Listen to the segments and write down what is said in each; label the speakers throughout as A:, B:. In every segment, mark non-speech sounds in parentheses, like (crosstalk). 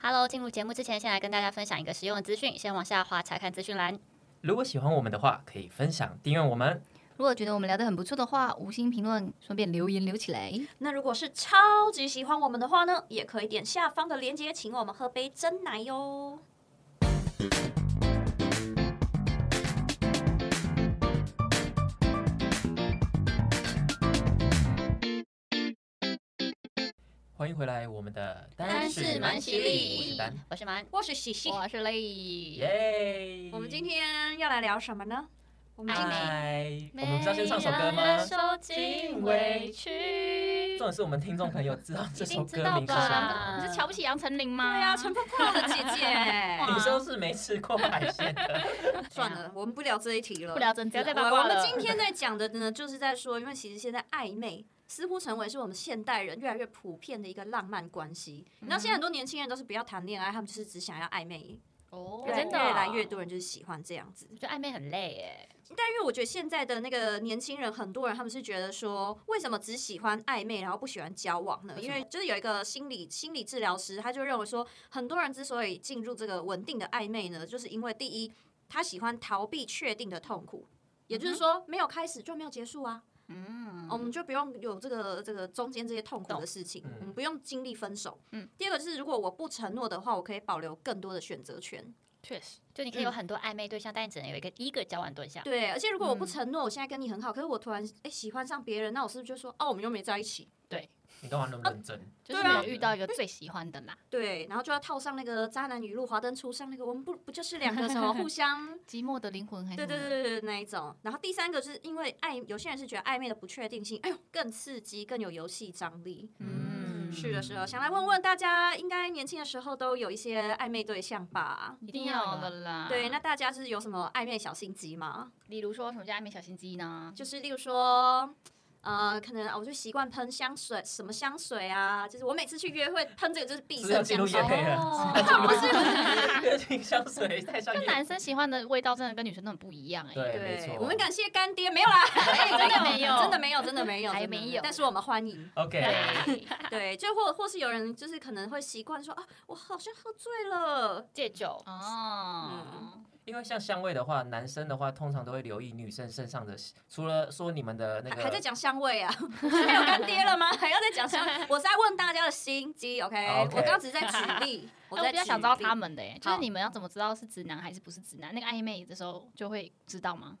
A: Hello，进入节目之前，先来跟大家分享一个实用的资讯，先往下滑查看资讯栏。
B: 如果喜欢我们的话，可以分享、订阅我们。
C: 如果觉得我们聊得很不错的话，五星评论，顺便留言留起来。
D: 那如果是超级喜欢我们的话呢，也可以点下方的链接，请我们喝杯真奶哟。
B: 欢迎回来，我们的
A: 单
D: 是蛮犀利
B: 我是丹，
A: 我是蛮，
D: 我是喜喜，
C: 我是累，
B: 耶！
D: 我们今天要来聊什么呢？我们今天
B: 嗨，我们不是要先唱首歌吗？
A: 受尽委屈
B: 重，点是我们听众朋友知道这
A: 一
B: 首
A: 定知
B: 歌
A: 道
B: 名是什么。
A: 吧？
C: 你是瞧不起杨丞琳吗？
D: 对啊，乘风破浪的姐 (laughs) 姐。
B: 你说是没吃过海鲜的， (laughs)
D: 算了，我们哎不聊这一题了。
C: 不聊政治
A: 不要再
C: 了，
A: 八
D: 我
A: 卦
D: 我们 (laughs)
A: 了
D: 今天在讲的呢，就是在说，因为其实现在暧昧似乎成为是我们现代人越来越普遍的一个浪漫关系。你知道现在很多年轻人都是不要谈恋爱，他们就是只想要暧昧，
C: 哦
D: 越来
A: 真的
D: 越来越多人就是喜欢这样子。
A: 我觉得暧昧很累耶，
D: 但因为我觉得现在的那个年轻人，很多人他们是觉得说，为什么只喜欢暧昧，然后不喜欢交往呢？因为就是有一个心理心理治疗师，他就认为说，很多人之所以进入这个稳定的暧昧呢，就是因为第一，他喜欢逃避确定的痛苦，也就是说，没有开始就没有结束啊。嗯，我们就不用有这个这个中间这些痛苦的事情，
B: 懂嗯
D: 我们不用经历分手。嗯，第二个就是，如果我不承诺的话，我可以保留更多的选择权。
C: 确实，
A: 就你可以有很多暧昧对象，但你只能有一个一个交往对象。
C: 嗯
D: 对，而且如果我不承诺，我现在跟你很好，可是我突然哎喜欢上别人，那我是不是就说哦我们又没在一起？
B: 你干嘛那么认真？
C: 就是
D: 对
C: 没
D: 啊
C: 有遇到一个最喜欢的啦。
D: 对，然后就要套上那个渣男语录，华灯初上那个，我们不不就是两个什么互相？
C: 寂寞的灵魂还是
D: 对对
C: 什
D: 对
C: 么
D: 对对那一种。然后第三个是因为暧，有些人是觉得暧昧的不确定性，哎呦更刺激，更有游戏张力。
C: 嗯
D: 是的，是的，想来问问大家，应该年轻的时候都有一些暧昧对象吧？
C: 一
A: 定
C: 定
A: 要
C: 要
A: 的
C: 的啦。
A: 啊
D: 对，那大家是有什么暧昧小心机吗？
C: 比如说什么叫暧昧小心机呢？
D: 就是例如说，呃，可能啊我就习惯喷香水，什么香水啊，就是我每次去约会喷这个就是必
B: 是要
D: 胜
B: 进入
D: 香
B: 夜
D: 水。
B: 配了
C: (laughs)
A: 哦，
B: (laughs)
C: 嗯
B: 热情香水太像
C: 就
B: 夜
C: 男生喜欢的味道真的跟女生都很不一样哎。
B: 对，没
D: 对
B: 错。，
D: 我们感谢干爹，没有啦，
C: 哎
D: (laughs) 真的
A: 没有
D: 真的没有，真的没
C: (laughs)
D: 有，
C: 还
D: 真的
C: 没有
D: 但是我们欢迎。
B: OK，
C: (laughs)
D: 对，就或或是有人就是可能会习惯说啊，我好像喝醉了，
A: 戒酒，
C: 哦
D: 嗯，
B: 因为像香味的话，男生的话通常都会留意女生身上的，除了说你们的那
D: 还
B: 个
D: 还在讲香味啊， (laughs) 没有干爹了吗？还要再讲香味？我是在问大家的心机
B: 好
D: ，OK？
B: 啊，OK
D: 我刚刚只是在举例，
C: 哎我
D: 在
C: 比较想
D: 举
C: 知道
D: 例
C: 他们的哎，就
D: 好
C: 是你们要怎么知道是直男还是不是直男？那个暧昧的时候就会知道吗？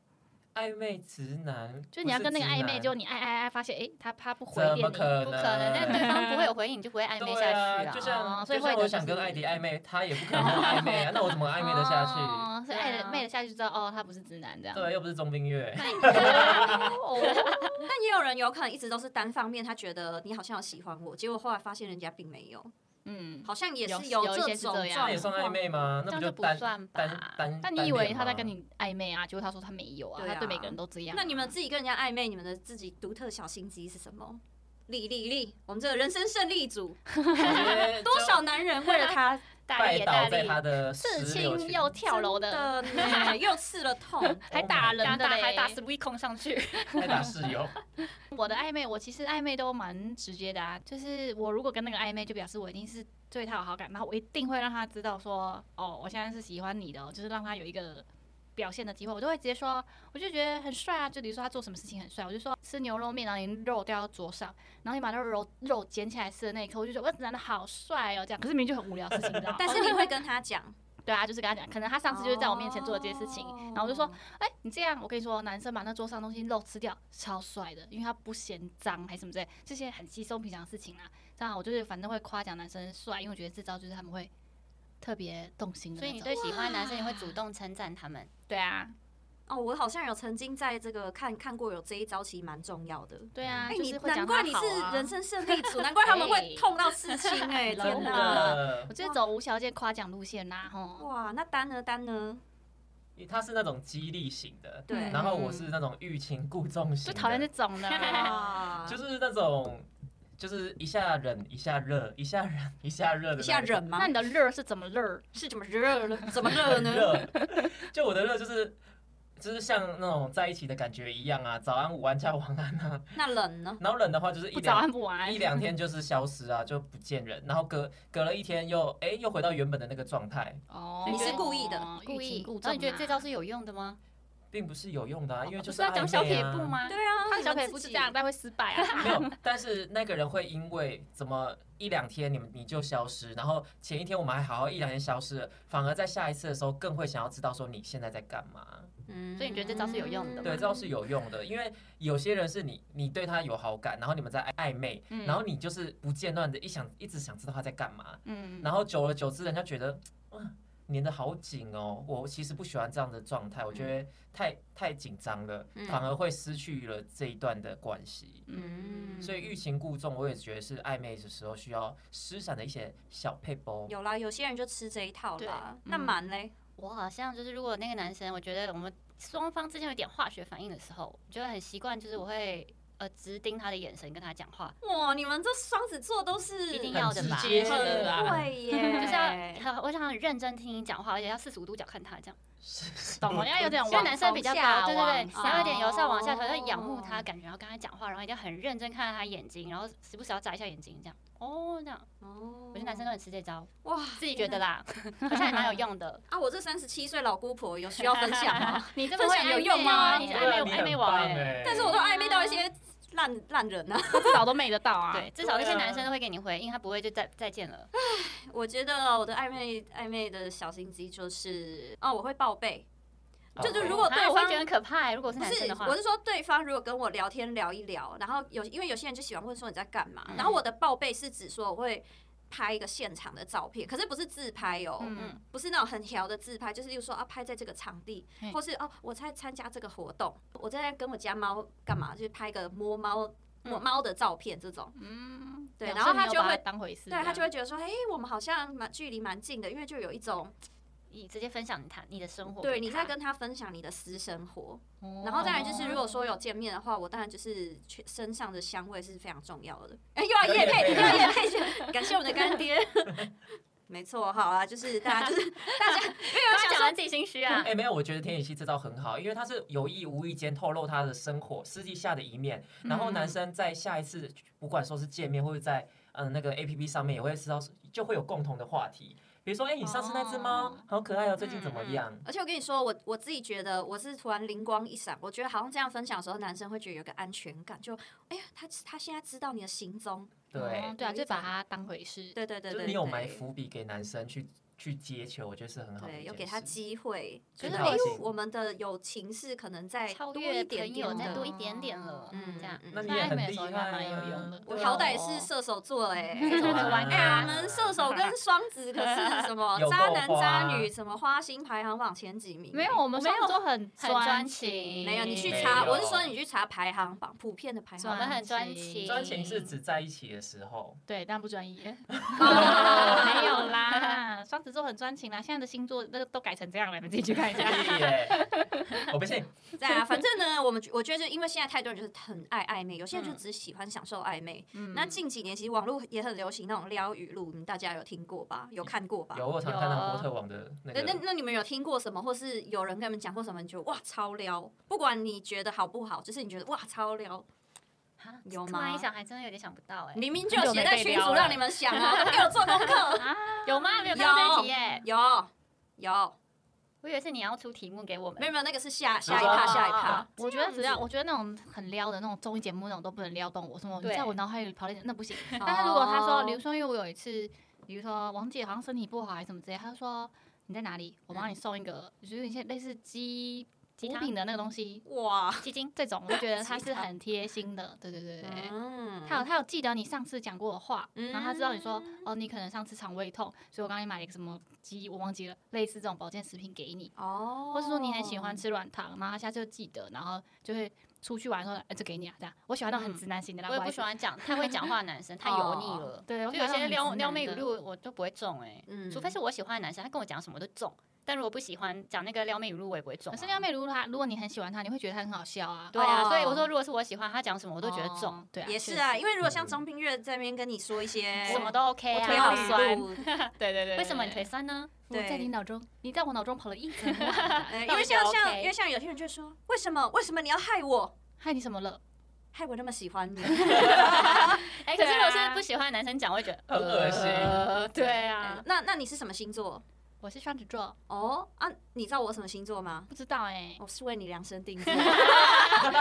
B: 暧昧直男，
C: 就是你要跟那个暧昧，就
B: 就
C: 你爱爱爱，发现哎他他不回
B: 怎
C: 电
B: 么
C: 你，
B: 可
A: 不
B: 能？
A: 可能，但对方不会有回应，你就不会暧昧下
B: 对啊，
A: 去
B: 就
C: 哦
B: 像
C: 所以
B: 就
C: 会
B: 像
C: 的
B: 我
C: 就
B: 想
C: 是
B: 跟艾迪暧昧，他也不可能跟我暧昧啊，那我怎么暧昧得下去？
C: 哦，是
A: 对啊
C: 爱的昧得下去就知道哦，他不是直男这样。
B: 对，啊又不是钟冰月，
C: (laughs)
D: 哦，但也有人有可能一直都是单方面，他觉得你好像有喜欢我，结果后来发现人家并没有，
C: 嗯，
D: 好像也
C: 有
D: 是有
C: 有一些
D: 这
C: 是
D: 种
C: 这样
B: 那
D: 状
B: 也算暧
D: 况。
B: 昧吗？那
A: 这样
B: 就
A: 就不
B: 单
A: 算吧
B: 单单？
C: 但你以为他在跟
B: 你？
C: 你暧昧啊？结果他说他没有啊，
D: 对啊
C: 他对每个人都这样啊。
D: 那你们自己跟人家暧昧，你们的自己独特小心机是什么？李李李，我们这个人生胜利
B: (laughs)
D: 组， (laughs) 多
B: 多
D: 少
C: (laughs)
D: 男人为了他
A: 大力
B: 拜
A: 也
B: 倒
A: 大
B: 在
A: 力，
B: 他的
C: 刺
B: 石榴
C: 青
B: 裙
C: 又跳楼
D: 真
C: 的，
D: 的
C: (laughs)
D: 呢，又刺了痛。
C: 还打人
A: 大
C: 的嘞，
A: 还大 s w e 控上去，
B: 还打室友，
C: 我的暧昧，我其实暧昧都蛮直接的啊，就是我如果跟那个暧昧，就表示我一定是对他有好感，然后我一定会让他知道说，哦，我现在是喜欢你的哦，就是让他有一个表现的机会，我就会直接说，我就觉得很帅啊，就比如说他做什么事情很帅，我就说吃牛肉面，然后啊你肉掉到桌上，然后你把那个肉肉捡起来吃的那一刻，我就觉得哇，这男的好帅哦，这样，可是明明就很无聊的事情，你知道吗？
D: 但是你会跟他讲，
C: 对啊，就是跟他讲，可能 (laughs) 他上次就是在我面前做了这些事情，
D: 哦
C: 然后我就说，哎、你这样，我跟你说，男生把那桌上东西肉吃掉，超帅的，因为他不嫌脏还是什么之类，这些很稀松平常的事情啊。这样我就是反正会夸奖男生帅，因为我觉得这招就是他们会特别动心的
A: 所
C: 那
A: 以
C: 种。
A: 你对喜欢的男生，你会主动称赞他们。
C: 对啊，
D: 哦，我好像有曾经在这个看看过有这一招，其实蛮重要的。
C: 对啊，
D: 哎，
C: 就
D: 你
C: 是会
D: 难
C: 讲
D: 怪
C: 他
D: 你
C: 好、啊、
D: 是人。生胜利组，难怪他们会痛到刺青哎，天
B: 真
D: 哪！
B: 的
C: 我。就是走无条件夸奖路线啦，吼。
D: (laughs) 哇，那丹呢？丹呢？
B: 他是那种激励型的，
D: 对
B: 然后我是那种欲擒故纵型
C: 就
B: 的，
C: 讨厌这种的，
D: 哇，
B: 就是那种就是一下冷一下热，一下冷一下热的，
D: 一下忍吗
C: 那？你的乐是怎么乐？
D: 是怎么热了？怎么热
B: 很
D: 呢？
B: 热。就我的热就是就是像那种在一起的感觉一样啊，早安、午安加晚安啊。
D: 那冷
B: (laughs)
D: 呢？
B: 然后冷的话就是一
C: 不早
B: 两
C: 安不晚安
B: 一两天就是消失啊，就不见人，然后隔隔了一天又哎又回到原本的那个状态，
C: 哦，
D: 你是故意的
A: 故意
C: 故。啊
A: 然后你觉得这招是有用的吗？
B: 并不是有用的啊，因为
A: 哦
B: 就
A: 不是要讲小
B: 暧昧
A: 撇
B: 啊
A: 步？吗？
D: 对啊，
C: 他
D: 你
C: 小
D: 们
C: 腿
D: 自
C: 不是
D: 己
C: 这样，但会失败啊。
B: 没有，但是那个人会因为怎么一两天你们你就消失，然后前一天我们还好好一两天消失了，反而在下一次的时候更会想要知道说你现在在干嘛。
D: 嗯
A: 所以你觉得这招是有用的吗
B: 对，这招是有用的，因为有些人是你你对他有好感，然后你们在暧昧，
C: (laughs) 嗯
B: 然后你就是不间断的一想一直想知道他在干嘛，
C: 嗯，
B: 然后久而久之，人家觉得哇粘的好紧哦，我其实不喜欢这样的状态，我觉得太太紧张了，
D: 嗯
B: 反而会失去了这一段的关系。
D: 嗯
B: 所以欲擒故纵，我也觉得是暧昧的时候需要施展的一些小配包。
D: 有啦，有些人就吃这一套啦。
C: 对
D: 那
C: 嗯
D: 蛮嘞，
A: 我好像就是，如果那个男生，我觉得我们双方之间有点化学反应的时候，我就会很习惯，就是我会呃直盯他的眼神跟他讲话，
D: 哇，你们这双子座都是
A: 一定要的吧
B: 很直接
D: 很
B: 的啦，
D: 会
A: (laughs)
D: 耶，
A: 就是要很我想很认真听你讲话，而且要四十五度角看他这样。
C: 懂了，要有点
A: 因为
C: 往
A: 男生比较
C: 上下
A: 高，对对对，
C: 往
A: 然后有点
C: 上
A: 由上往下，好像
D: 哦
A: 仰慕他，感觉然后跟他讲话，然后一定要很认真看他眼睛，然后时不时要眨一下眼睛这样。哦，这样，
D: 哦
A: 我觉得男生都很吃这招，
D: 哇，
A: 自己觉得啦， (laughs) 好像也蛮有用的。
D: 啊，我这三十七岁老姑婆有需要分享吗？
C: (laughs)
A: 你这
D: 分
A: 么会
D: 享有
A: 暧昧
D: 用吗
A: 啊你是
B: 对
A: 暧
B: 啊
A: 昧
B: 你
A: 暧昧
B: 很
A: 王
B: 棒
A: 哎。
B: 欸
D: 但是我都暧昧到一些烂烂人啊。
C: 至少都昧得到啊。
A: 对，，至少那些
B: 对啊
A: 男生都会给你回应，他不会就再再见了。
D: (laughs) 我觉得我的暧昧暧昧的小心机就是，哦，我会报备，就
B: 哦
D: 是如果
A: 啊
D: 对
A: 我会觉得
D: 方。
A: 很可怕欸，如果是
D: 不
A: 男
D: 是
A: 生的，话
D: 我，是说对方如果跟我聊天聊一聊，然后有因为有些人就喜欢问说你在干嘛，
A: 嗯
D: 然后我的报备是指说我会拍一个现场的照片，可是不是自拍哦，
C: 嗯，
D: 不是那种很调的自拍，就是例如说啊拍在这个场地
C: 嘿，
D: 或是哦我在参加这个活动，我在跟我家猫干嘛，就是拍个摸猫摸
A: 嗯
D: 猫的照片这种，
C: 嗯，
D: 对
C: 表
D: 然后
C: 示
D: 他
C: 你有
D: 就
C: 把
D: 会
C: 当回事这
D: 对
C: 样，
D: 他就会觉得说，哎、我们好像蛮距离蛮近的，因为就有一种
A: 你直接分享你他你的生活，
D: 对你在，跟他分享你的私生活，
C: 哦，
D: 然后当然就是如果说有见面的话，我当然就是全身上的香味是非常重要的。哎、又要夜配，又要
B: (laughs)
D: 夜配，感谢我们的干爹。 (laughs) 没错，好啊，就是大家就是
A: 不要讲完自己心虚啊
D: 嗯
B: 哎、。没有，我觉得天野希这招很好，因为他是有意无意间透露他的生活私底下的一面，然
D: 嗯
B: 后男生在下一次不管说是见面或者在嗯、呃那个 A P P 上面也会知道，就会有共同的话题，比如说哎、你上次那只猫
C: 哦
B: 好可爱哦，最近怎么
A: 嗯嗯
B: 样？
D: 而且我跟你说，我我自己觉得我是突然灵光一闪，我觉得好像这样分享的时候，男生会觉得有个安全感，就哎呀，他他现在知道你的行踪，
C: 哦
B: 对，
C: 对啊，
D: 有一
C: 就把
D: 种
C: 它当回事。
D: 对对对
B: 就
D: 对，
B: 是你有
D: 对
B: 埋，伏笔给男生去去接球，我觉得是很好的一件
D: 对，
B: 事。
D: 有给他机会，
B: 可
D: 觉
B: 是
D: 得
B: 我
D: 哎
B: 是，
D: 我们的友情是可能再
A: 超
D: 哎多
A: 越
D: 一
A: 朋
D: 点
A: 友
D: 点
A: 再
D: 的
A: 多一点点了，
D: 嗯
A: 嗯，这哦样。
D: 嗯
B: 那你
C: 那
B: 也
C: 暧
B: 很
C: 昧的
B: 厉
C: 时候应
B: 害
C: 该蛮有
B: 啊
C: 用的
D: 哦我
B: 对啊
D: 好歹是射手座
A: (laughs)
D: 哎、
A: 射手座玩
D: 哎、
A: 咖
D: 我们射手跟双
B: (laughs)
D: 子可是什么
B: 有够
D: 渣男
B: 花啊
D: 渣女，什么花心排行榜前几名？
C: 没有，我们
A: 我没
C: 双
A: 有
C: 子座很
A: 很专
C: 情，
A: 情
D: 没有，你去
B: 没
D: 查，
B: 有
D: 我是说你去查排行榜，普遍的排
A: 我
D: 行
A: 们
D: 榜。
A: 很专情，
B: 专情是指在一起的时候，
C: 对，但不专 (laughs) 业。
D: 哦
C: 没有啦，双子座很专情啦。现在的星座那个都改成这样了，你们自己去看一 (laughs) 下。
B: 屁
D: (laughs)
B: 耶我不信。
D: 对啊，反
A: (laughs)
D: 正呢，我们我觉得，因为现在太多人就是很爱暧昧，有些
B: 嗯
D: 人就只喜欢享受暧昧。
C: 嗯
D: 那近几年其实网络也很流行那种撩语录，你们大家有听过吧？
B: 嗯
D: 有看过吧？
B: 有我常看到波特网的那
D: 那那
B: 个，
D: 那你们有听过什么，或是有人跟你们讲过什么？你觉得哇超撩，不管你觉得好不好，就是你觉得哇超撩，
A: 啊
D: 有
A: 突然
D: 吗
A: 一想，还真的有点想不到哎，
D: 明明就有写在群组让你们想
C: (laughs)
D: 啊，都给我做功课。
A: 有吗？没有看到这一题耶，
D: 有有，
A: 我以为是你要出题目给我
D: 没
A: 们。
D: 有没有，那个是下下一趴下一趴。
C: 我觉得只要我觉得那种很撩的那种综艺节目那种都不能撩动我，什么你
A: 对
C: 在我脑海里跑那那不行。 (laughs) 但是如果他
D: 哦
C: 说，比如说因为我有一次，比如说王姐好像身体不好还是什么之类，他就说你在哪里，我帮你送一个，就是有点像类似鸡
A: 鸡
C: 补
A: 汤
C: 品的那个东西，
D: 哇，
A: 基金，
C: 这种我就觉得他
D: 鸡
C: 是
D: 汤
C: 很贴心的，对对对对。
D: 嗯
C: 他有他有记得你上次讲过的话，
D: 嗯
C: 然后他知道你说哦，你可能上次肠胃痛，所以我刚刚买了一个什么鸡，我忘记了，类似这种保健食品给你，
D: 哦，
C: 或是说你很喜欢吃软糖，然后他下次就记得，然后就会出去玩说，哎，这给你啊，这样。我喜欢那种
A: 嗯
C: 很直男型的啦，
A: 我也不
C: 还
A: 喜欢讲太会讲话的男生，
D: (laughs)
A: 太油腻
D: 哦
A: 了。
C: 对，我
A: 就
C: 喜
A: 有
C: 欢那
A: 些
C: 种很
A: 撩
C: 直
A: 撩
C: 男
A: 妹语
C: 的
A: 录我都不会中哎、
D: 嗯
A: 除非是我喜欢的男生，他跟我讲什么都中，但如果不喜欢讲那个撩妹语录，我也不会中、
C: 可
A: 啊。
C: 是撩妹，如果他如果你很喜欢他，你会觉得他很好笑啊，
A: 对啊，
D: 哦
A: 所以我说，如果是我喜欢他讲什么，我都觉得中，
C: 哦对啊，
D: 也
C: 确
D: 是啊，
C: 实
D: 因为如果像张冰月在那边跟你说一些
A: 什么都 OK
D: 我
A: 啊。
D: 腿
C: 没有
D: 好
C: 啊
D: 酸，
C: (laughs) 对对对，
A: 为什么你
C: 对
A: 腿酸呢？
C: 我在
D: 对
C: 你脑中，你在我脑中跑了一层啊，
D: 呃因
A: 那
D: 为
A: 我觉
D: 像
A: 得
D: 像
A: OK
D: 因为像有些人就说，为什么为什么你要害我，
C: 害你什么了？
D: 害我那么喜欢你？ (laughs)
A: 哎、可
C: 对
A: 是如果是
C: 啊
A: 不喜欢的男生讲，我会觉得
B: 很恶心
A: 呃对
D: 嗯
A: 啊，
D: 那那你是什么星座？
C: 我是双子座，
D: 哦啊，你知道我什么星座吗？
C: 不知道哎、
D: 我是为你量身定制。
C: (laughs) 这
A: 哦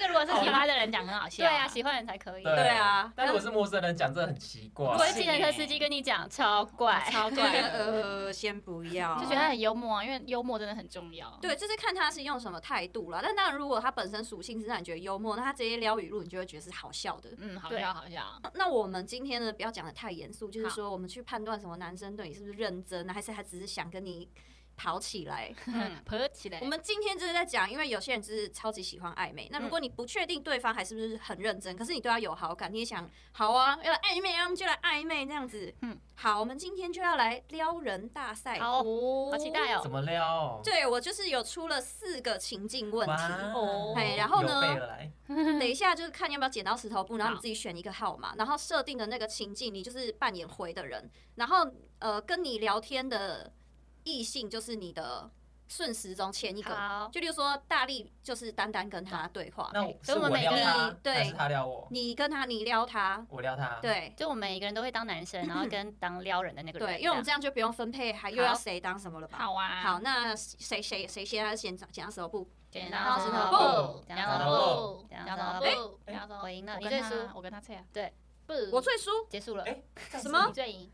C: 个如果是喜欢的人讲很好笑
A: 对
C: 啊、
A: 啊，喜欢人才可以。
B: 对
D: 对啊
B: 但如果是陌生人讲，真的很奇怪
A: 如。
C: 不
A: 果
C: 会
A: 是计程车司机跟你讲哦超怪，
C: 超
D: 对，
A: (laughs)
C: 怪的，
D: 呃，先不要，
C: 就觉得他很幽默啊，因为幽默真的很重要。
D: 对，就是看他是用什么态度啦。但当然，如果他本身属性是让你觉得幽默，那他直接撩语录，你就会觉得是好笑的。
C: 嗯，好
A: 对
C: 笑好笑。
D: 那我们今天呢，不要讲的太严肃，就是
C: 好
D: 说我们去判断什么男生对你是不是认真，啊还是他只是想跟你跑起来。
A: 嗯，
C: 合起来，
D: 我们今天就是在讲，因为有些人就是超级喜欢暧昧。那如果你不确定对方还是不是很认真，可是你对他有好感，你也想好啊，要来暧昧啊，我们就来暧昧这样子。嗯
C: 嗯，
D: 好，我们今天就要来撩人大赛。
A: 好，
C: 哦
A: 好期待哦。
B: 怎么撩？
D: 对我就是有出了四个情境问题，
B: 哇
C: 哦
D: 哎然后呢
B: 有备而来
D: 等
C: 嗯
D: 一下就是看要不要剪刀石头布，然后你
C: 好
D: 自己选一个号码，然后设定的那个情境，你就是扮演回的人，然后呃跟你聊天的异性就是你的顺时钟前一个，
A: 好，
D: 就例如说大力就是单单跟他对话，
B: 那
A: 所以
B: 是
A: 我
B: 我
A: 们
B: 撩
A: 每个
B: 他，
D: 对
B: 还是他撩我？
D: 你跟他你撩他，
B: 我撩他。，
D: 对。
A: 就我们每个人都会当男生，然后跟当撩人的那个人。
D: 对，因为我们
A: 这
D: 这样就不用分配，还又要谁当什么了吧？
C: 好啊，
D: 好，那谁谁谁先还是剪剪刀石头布？
A: 样剪
C: 然
A: 刀
C: 后
A: 石
C: 是
A: 头
C: 头
A: 布，
C: 布，
A: 剪
C: 然
A: 刀石
B: 头
A: 头
C: 后
A: 布，
C: 然
A: 剪
C: 后
A: 刀
C: 然
A: 石头
C: 后然后
A: 布，我赢了，
C: 我
A: 你最
C: 跟他
A: 输，
C: 我跟他猜啊，
A: 对，
C: 不，
D: 我最输，
A: 结束了。
B: 哎，这样
D: 什
B: 是
D: 么
C: 你最赢，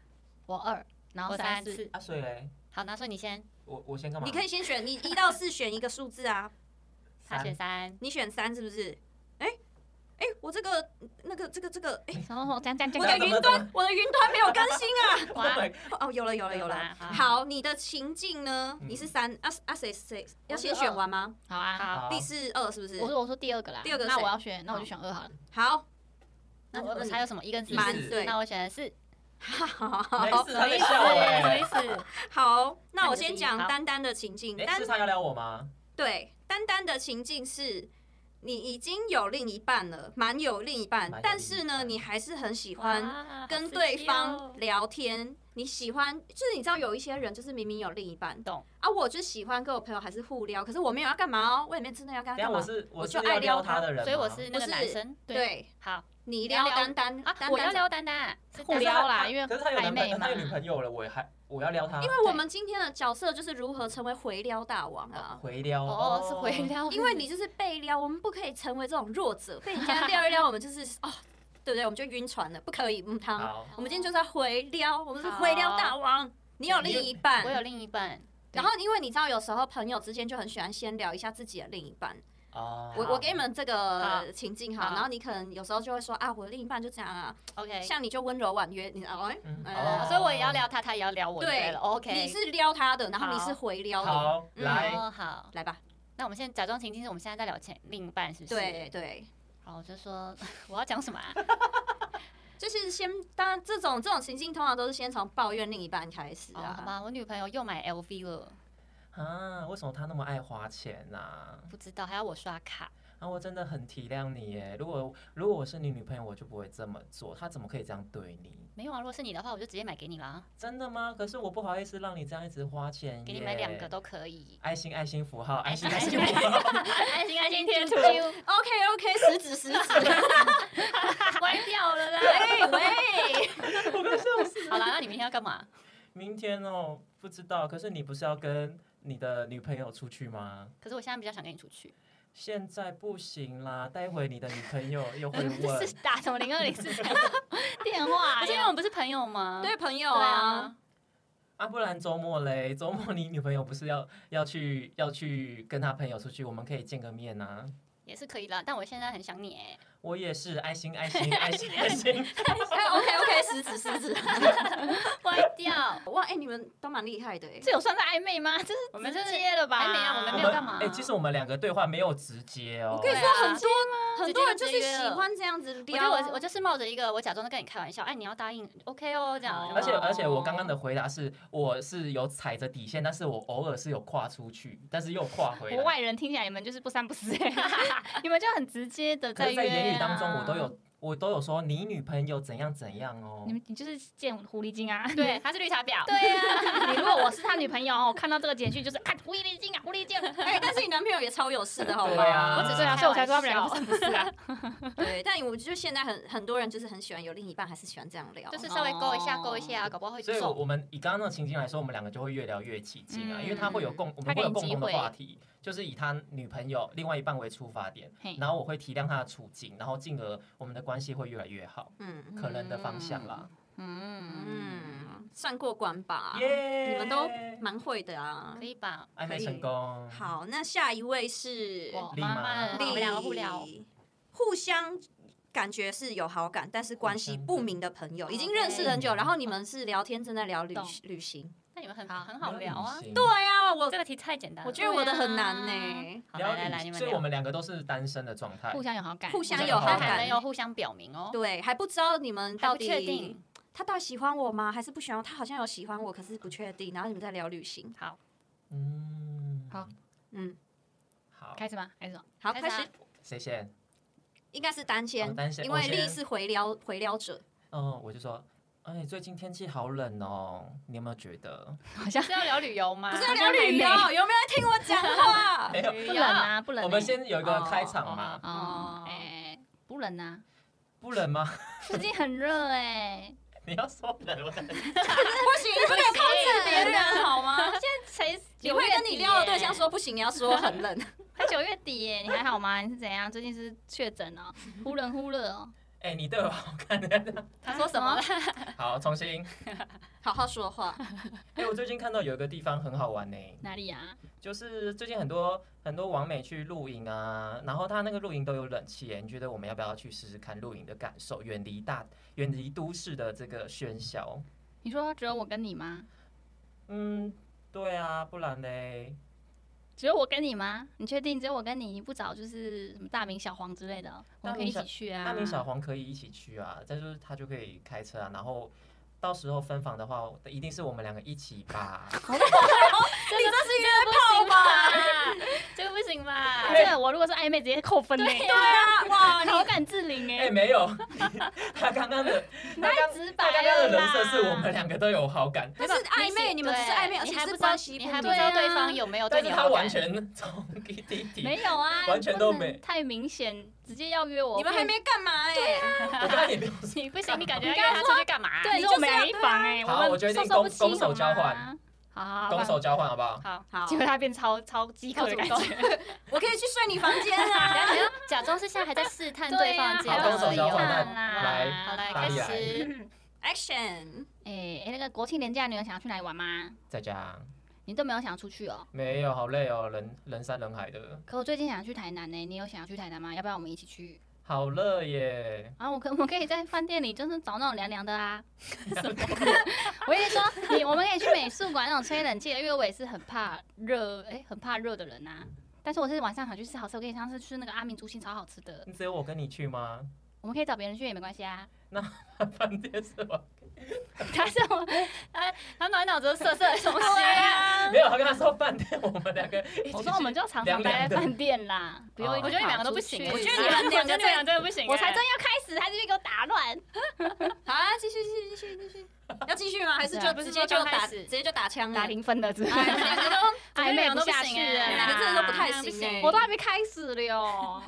C: 我二，然后
A: 我
C: 三
A: 三
C: 四，
A: 次，
B: 啊，所以嘞，
A: 好，那说你先，
B: 我我先干嘛？
D: 你可以先选，你一到四选一个数字啊。
A: 他选
B: 三
A: 三，
D: 你选三是不是？哎、哎、我这个那个这个这个，哎、
C: 什么什么讲讲讲
D: 我的
B: 等
C: 讲，
B: 一
D: 云
B: 怎么怎
D: 端我的云端没有更新啊！
B: (laughs) (laughs) Oh my
D: 哦，有了有了有了。
A: 好
D: 好，你的情境呢？
B: 嗯
D: 你是三啊啊谁谁
C: 我
D: 要
C: 是
D: 先
C: 二
D: 选完吗？
C: 好啊，
A: 好，
B: 好
D: 第四二是不是
C: 我？说我说第二个啦，
D: 第二个
C: 那
D: 谁
C: 我要选，那我就选二好了，
D: 好，那
A: 那
D: 你
A: 我我
D: 你
A: 还有什么一跟四？
D: 蛮
B: 四
D: 对
A: 那我选的是，
B: 没
D: 好
B: 哎事，他
A: 什
B: 在笑我
A: 么意
B: 哎。
A: 思？
D: 好，那
A: 那
D: 我
A: 你是
D: 先
A: 一
D: 讲
A: 好
D: 丹丹的情境。
B: 哎，
D: 丹
B: 是他要撩我吗？
D: 对丹丹的情境是。你已经有另一半了，蛮有另一半
B: 蛮，有
D: 但
B: 另一
D: 是呢，
B: 半
D: 你还是很喜欢
A: 哇
D: 跟对
A: 哦
D: 方，聊天，你喜欢就是你知道有一些人就是明明有另一半，
A: 懂
D: 啊？我就喜欢跟我朋友还是互撩，可是我没有要干嘛哦，我也没真的要
B: 等一
D: 跟他
B: 下
D: 干嘛
B: 我。是
D: 我
B: 我
D: 就是爱
B: 要
D: 撩
B: 撩
D: 他
B: 他的人吗，
A: 所以我是那个
D: 不是
A: 男生。
C: 对
D: 对
A: 好
D: 你
A: 聊
D: 撩
A: 聊
D: 丹丹
A: 啊，
D: 丹啊
A: 我要
D: 丹，
A: 撩丹丹，是
C: 互
A: 丹
C: 撩
A: 丹
C: 啦
B: 他
C: 因为
B: 可是他有男朋
C: 暧昧
B: 友，
C: 嘛
B: 他有女朋友了，我也还我要撩他，
D: 因为我们今天的角色就是如何成为回撩大王啊。
B: 回撩
A: 哦，是回。撩，
D: 因为你就是被撩，我们不可以成为这种弱者，被人家撩一
A: (laughs)
D: 撩，我们就是哦，对不对？我们就晕船了，不可以，嗯，汤。
B: 好，
D: 我们今天就是要回撩，我们是回撩大王。你有另一半，
A: 我有另一半，
D: 然后，因为你知道，有时候朋友之间就很喜欢先聊一下自己的另一半。
B: 哦，
D: 我我给你们这个
A: 好
D: 情境哈，
A: 好哎
D: 然后你可能有时候就会说啊，我的另一半就这样啊，
A: OK，
D: 像你就温柔婉约，你知道哎
B: 嗯
D: 呃
B: 哦
A: 所以我也要撩他，他也要撩我，
D: 对
A: 对了，OK，
D: 你是撩他的，然后
A: 好
D: 你是回撩的，
B: 好
D: 嗯
B: 来，
A: 哦好，
D: 来吧，
A: 那我们现在假装情境是我们现在在聊前另一半，是不是？
D: 对。对，
A: 然后我就说我要讲什么
D: (laughs)
A: 啊？
D: 就是先，当然这种这种情境通常都是先从抱怨另一半开始
A: 哦，好
D: 啊，
A: 吧，我女朋友又买 LV 了，
B: 啊，为什么他那么爱花钱呐？
A: 不知道还要我刷卡，
B: 啊，我真的很体谅你耶。如果如果我是你女朋友，我就不会这么做。他怎么可以这样对你？
A: 没有啊？如果是你的话，我就直接买给你啦，
B: 真的吗？可是我不好意思让你这样一直花钱耶。。
A: 给你买两个都可以
D: (laughs)
B: 爱心爱心符号，爱心
A: 爱
B: 爱
A: 心
B: 心符号。
A: 安心安心贴图
D: OK (laughs) OK，食指食指，
A: 歪掉了啦！
D: 喂喂，
A: (laughs) 好啦，那你明天要干嘛？
B: 明天哦，不知道。可是你不是要跟你的女朋友出去吗？
A: 可是我现在比较想跟你出去，
B: 现在不行啦，待会你的女朋友又会
C: 这
B: 问
C: 是。打什么零二
A: (laughs)
C: 零四电
A: 可
C: 话哎
A: 是因为
C: 呀？
A: 我们不是朋友吗？
D: 对朋友
A: 对
D: 啊
A: 啊，，
B: 啊，不然周末嘞，周末你女朋友不是要要去要去跟她朋友出去，我们可以见个面啊。
A: 也是可以啦。但我现在很想你哎，
B: 我也是，爱心爱心爱心爱心。
D: (laughs) 哎，OK OK，狮子狮子，
A: 歪掉。
D: (laughs) 哇，哎，你们都蛮厉害的哎。
C: 这有算是暧昧
A: (laughs)
C: 吗？这是
A: 我们
C: 直
A: 就是
C: 接了吧？
A: 暧昧啊我们
B: 我
A: 没
B: 们
A: 有干嘛
B: 哎，其实我们两个对话没有直接哦。
D: 我跟你说，
A: 对啊
D: 很多很多人就
A: 直
D: 是
A: 接就直约
D: 喜
A: 了
D: 欢这样子
A: 我就
D: 撩。啊 (laughs)
A: 我我就是冒着一个我假装在跟你开玩笑，哎，你要答应，OK 哦，这样
C: 哦。
B: 而且而且我刚刚的回答是，我是有踩着底线，但是我偶尔是有跨出去，但是又跨回
C: 国
B: 来。
C: 外人听起来你们就是不三
A: (laughs)
C: 不四、你们就很直接的
B: 可是，在
C: 约、啊、
B: 言语当中，我都有我都有说你女朋友怎样怎样哦
C: 你。们你就是见狐狸精啊！
A: 对，他是绿茶婊。
C: 对啊， (laughs) 你如果我是他女朋友，我看到这个简讯就是啊，狐狸精啊，狐狸精啊！
D: 哎，但是你男朋友也超有事的，好
B: 对
D: 吗？
B: 啊，
A: 我只
C: 对
A: 是
C: 啊，所以我才说他们两个不
A: 开
C: 三不四 (laughs) 啊。
D: (laughs) 对，但我就现在很很多人就是很喜欢有另一半，还是喜欢这样聊。
A: 就是稍微勾一下
C: 哦
A: 勾一下，搞不好会
B: 所以，我
A: 中。
B: 我们以刚刚那个情境来说，我们两个就会越聊越起劲啊，
C: 嗯
B: 因为他会有共，我
C: 他
B: 们
C: 给
B: 会
C: 你
B: 有共同的
C: 机会
B: 话题，就是以他女朋友另外一半为出发点
C: 嘿，
B: 然后我会体谅他的处境，然后进而我们的关系会越来越好，
D: 嗯
B: 可能的方向啦。
C: 嗯
D: 嗯，算过关吧，
B: 耶，
D: 你们都蛮会的啊
A: 可。以吧？
B: 暧昧
A: 可以
B: 成。功，，
D: 好，那下一位是
A: 我
B: 立
C: 嗯
A: 妈
B: 马
A: 妈的，
B: 立
A: 我们两个互聊。
D: 互相感觉是有好感，但是关系不明的朋友，已经认识很久，
B: OK
D: 然后你们是聊天正在聊旅
C: 懂
D: 旅行。
A: 那你们很很好聊啊。
B: 对
D: 对呀、我
A: 这个题太简单了，啊
D: 我觉得我的很难呢、
C: 对
A: 好
B: 聊
A: 来来
B: 旅
A: 来，你们
B: 所以我
A: 聊。
B: 们两个都是单身的状态，
C: 互相有好感，
D: 互相
B: 互相
D: 有
B: 有
D: 好
A: 他
B: 好
A: 还
D: 感
A: 没，有互相表明哦，
D: 对，还不知道你们
A: 还
D: 到
A: 不
D: 底
A: 确定。
D: 他到底喜欢我吗？还是不喜欢我？他好像有喜欢我，可是不确定。然后你们在聊旅行，
A: 好，
B: 嗯，
C: 好
D: 嗯，
B: 好，
C: 开始吗？开始吗。
D: 好，
A: 开
D: 开
A: 始啊
D: 始，
B: 谁先？
D: 应该是单
B: 哦
D: 先，
B: 单先
D: 因
B: 我
D: 为
B: 先
D: 丽是回撩回撩者，
B: 嗯，我就说，哎，最近天气好冷哦，你有没有觉得？
C: 好像
A: 是要聊旅游吗？
D: 不是要聊旅游，
C: 还
D: 有没有在听我讲
B: (laughs)
D: 话？
B: 没有，
A: 旅
C: 不
A: 游
C: 冷啊，不冷欸、
B: 我们先有一个
D: 哦
B: 开场嘛，
C: 哦
D: 哦，
C: 哎、不冷啊，
B: 不冷吗？ (laughs)
C: 最近很热哎、
B: 你要说冷，我才
D: 不行，你 (laughs) 不能控制别人好吗？
C: 谁
D: 你会跟你撩的对象
C: 说？
D: 说不行，你要说很冷。
C: 才九月底耶，你还好吗？你是怎样？最近是确诊哦，忽冷忽热哦。
B: 哎、你对我好看的。
A: 他说什
D: (laughs)
A: 么？
B: 好，重新。
D: 好好说话，
B: 哎、我最近看到有一个地方很好玩呢、欸
C: 哪里啊呀、
B: 就是最近很多很多网美去露营啊，然后他那个露营都有冷气耶、你觉得我们要不要去试试看露营的感受，远离大远离都市的这个喧嚣？
C: 你说只有我跟你吗？
B: 嗯，对啊，不然嘞，
C: 只有我跟你吗？你确定只有我跟你？你不找就是什么大明小黄之类的，我们可以一起去啊。
B: 大明小黄可以一起去啊，但就是他就可以开车啊，然后。到时候分房的话，一定是我们两个一起
C: (laughs)
B: 吧。
A: 这个是约炮吧？ (laughs) 这个不行吧？
C: 这个我如果是暧昧，直接扣分嘞。对
D: 啊哇
C: 好感自领
B: 哎、
C: 哎，
B: 没有， (laughs) 他刚刚的，他刚
C: 直白
B: 他刚刚的
C: 了
B: 人
C: 啦
B: 设是我们两个都有好感，
D: (laughs) 但是暧昧，你们只是暧昧，
A: 对
D: 而
A: 你
D: 且
A: 还
D: 是
A: 不知道
D: 关系
A: 你还不
D: 明
A: 知道对
C: 对啊
A: 方有没有对
B: 但
A: 你
B: 是
A: 有
B: 他
A: 好
B: 完
A: 感。
B: 全从 (laughs) 滴滴滴，
C: 没有啊，
B: 完全都没
C: 你不能太明显，直接要约我。
D: 你们还没干嘛哎？
B: 我刚才也没有说，
A: 你不行，你感觉
C: 你
A: 要约
C: 刚
A: 他出去干嘛？
C: 对，
D: 你
C: 说我们
D: 就是要
C: 没房哎，
B: 好
C: 们
B: 我决定
C: 收手不
B: 攻
C: 清
B: 攻守交换
C: 好吗。好好，好
B: 攻手交换好不好？
A: 好，
D: 好
C: 结果他变超超饥渴的感觉。
D: 我可以去睡你房间
C: (laughs)
D: 啊！
A: 然后你要假装是现在还在试探对方的阶
B: 啊
A: 段
B: 好
A: 而
B: 攻
A: 已
B: 守交换
A: 哦。
B: 那来
A: 好来
B: 打
A: 开
B: 你
D: 嗯
A: 始，
D: Action！
C: 哎、哎，那个国庆连假，你有想要去哪里玩吗？
B: 在家
C: 你都没有想出去哦。
B: 没有，好累哦，人人山人海的，
C: 可我最近想去台南呢、你有想要去台南吗？要不要我们一起去？
B: 好热耶。
C: 啊，我可 (laughs) 我们可以在饭店里就是找那种凉凉的啊。 (laughs) 我跟你说，你我们可以去美术馆那种吹冷气的，因为我也是很怕热，哎、很怕热的人啊。但是我是晚上想去吃好吃，我跟你上次去那个阿明猪心超好吃的，
B: 只有我跟你去吗？ (laughs)
C: 我们可以找别人去也没关系啊。 (laughs)
B: 饭店是吧？
C: 但是我
A: 他满脑子都色色的东西。
C: 啊
D: 啊
B: 没有，他跟他说饭店，我们两个一起去。
C: 嗯我说我们就常常待在饭店啦，不欸用一
B: 哦
C: 直
A: 我觉得你们两个都不
C: 跑
A: 行，
C: 出
D: 我
C: 去
D: 觉得你们两个
A: 我觉得你们两个真的不行。
C: 我才真要开始，还是被给我打乱。
D: 好啊，继续继续继续继续，要继续吗？还是就
A: 不是
D: 直
A: 说
D: 接就
A: 刚
D: 打
A: 开始
D: 直接就打枪
C: 打
D: 了？
C: 零分的，只是
D: 嗯
C: (laughs)
D: 哎你们两个
A: 哎我觉得你们两个都不
C: 暧昧
D: 都
C: 下
A: 行
C: 去了
A: 哎
D: 你们真的都不太
A: 不
D: 行
A: 行
D: 哎！
C: 我都还没开始了哟。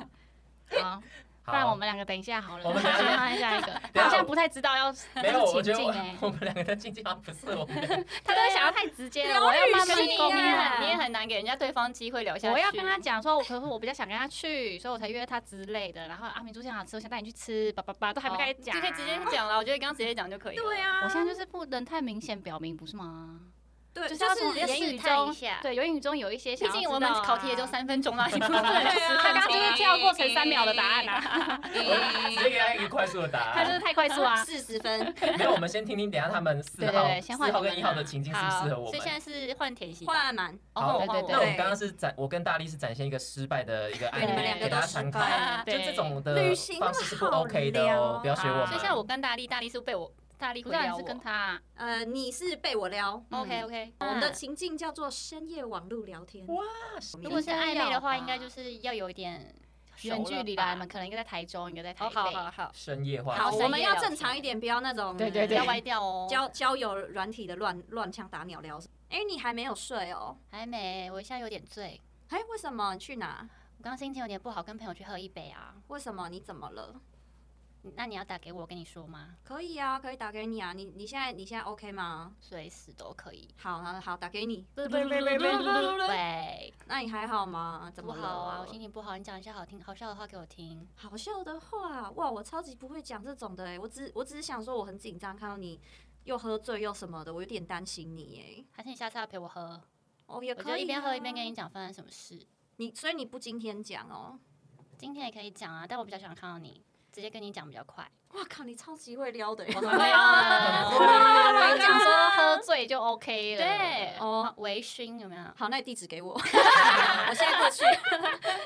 C: 好，不
B: 好，
C: 然我们两个等一下好了，
B: 我们
C: 先
B: 等一下
C: 看下一个。
B: 等一下
C: 他好像不太知道要
B: 没有，我觉得
C: 情境
B: 我
C: 哎
B: 我们两个的境
C: (laughs)
B: 界好像不是我们两个。
C: 他都会想要太直接了，
D: 疗
C: 我要
D: 愈
C: 慢
A: 可
C: 慢
A: 是你
D: 系
A: 也
C: 沟通
D: 啊
A: 很你也
C: 啊。
A: 很难给人家对方机会聊下去。
C: 我要跟他讲说，我可是我比较想跟他去，所以我才约他之类的。然后啊阿明猪现好吃，我想带你去吃，叭叭叭，都还没开始讲，
D: 啊
A: 哦就可以直接。讲了。我觉得你刚刚直接讲就可以了。
D: 对啊，
C: 我现在就是不能太明显表明，不是吗？
D: 对，
C: 就是
D: 就
C: 要
D: 是
C: 从
A: 要
C: 言语
A: 试探
C: 中
A: 一下
C: 对言语中有一些
A: 毕
C: 想要
A: 竟
C: 知
A: 我们
C: 道啊
A: 考题也就三分钟 (laughs) 啦，你不能
C: 对啊
A: 他刚刚就是跳过乘三秒的答案啊，
C: 啊，
D: (laughs)
B: 直 (laughs) 接给他一个快速的答
C: (laughs) 他就是
B: 案。
C: 太快速 (laughs) 啊。
D: 四
B: (laughs)
D: 十分
B: 没有，我们先听听，等一下他们四
C: 对对
B: 号、
C: 对先换
B: 四号
C: 你们
B: 跟一号
C: 啊
B: 的情境适不适合我
A: 所以
B: 们
A: 现？在是换填息吧，
D: 换满，
A: 哦
B: 好
A: 换我
C: 对
A: 换
C: 对对
B: 那我们
D: 对
A: 我，
B: 刚刚是展，我跟大力是展现一个失败的一个案
D: 对你们
B: 例
D: 两，
B: 给
D: 个
B: 大
D: 都
B: 家
D: 失
B: 参考。
D: 败，
B: 就
C: 对
B: 这种的
D: 旅行
B: 方式是不
D: 好
B: OK 的哦
D: 聊，
B: 不要学我
C: 啊
B: 们。
A: 所以像我跟大力，大力是被我大力
C: 不
A: 回
C: 知
A: 答
C: 道你
A: 我
C: 是跟他啊
D: 呃，你是被我撩。
C: 嗯
A: OK OK，
D: 我们的情境叫做深夜网络聊天。
B: 哇
A: 如果是暧昧的话，
C: 应
A: 应
C: 该
A: 该
C: 要吧
A: 就是要有一点熟
C: 远距离
A: 了吧
C: 啦，你们可能一个在台中，一个在台
A: 哦，
C: 北。
A: 好好好，
B: 深夜话
D: 好，
C: 深
B: 题
C: 夜
D: 我们要
C: 聊
D: 正
C: 天
D: 常一点，不要那种
C: 对对
A: 不
C: 对
A: 要歪掉哦。
D: 交交友软体的乱乱枪打鸟聊。哎，你还没有睡哦？
A: 还没，我现在有点醉，
D: 哎，为什么？你去哪？
A: 我刚心情有点不好，跟朋友去喝一杯啊。
D: 为什么？你怎么了？
A: 那你要打给我，跟你说吗？
D: 可以啊，可以打给你啊。你你现在你现在 OK 吗？
A: 随时都可以。
D: 好，好，好，打给你。
A: 喂，
D: 那你还好吗？怎
A: 不
D: 么了
A: 好啊，我心情不好，你讲一些好听好笑的话给我听。
D: 好笑的话，哇，我超级不会讲这种的哎。我只我只是想说，我很紧张，看到你又喝醉又什么的，我有点担心你
A: 还是你下次要陪我喝？
D: 哎。哦，也
A: 我
D: 可以、
A: 就
D: 啊，
A: 一边喝一边跟你讲发生什么事。
D: 你，所以你不今天讲哦。
A: 今天也可以讲啊，但我比较想看到你，直接跟你讲比较快。
D: 哇靠，你超级会撩的哎。
C: 对啊，我跟你讲说喝醉就 OK 了。
A: 对，
D: 哦
A: 哦，微醺有没有？
D: 好，那你地
B: (laughs)
D: 址给我， (laughs) 我现在过去。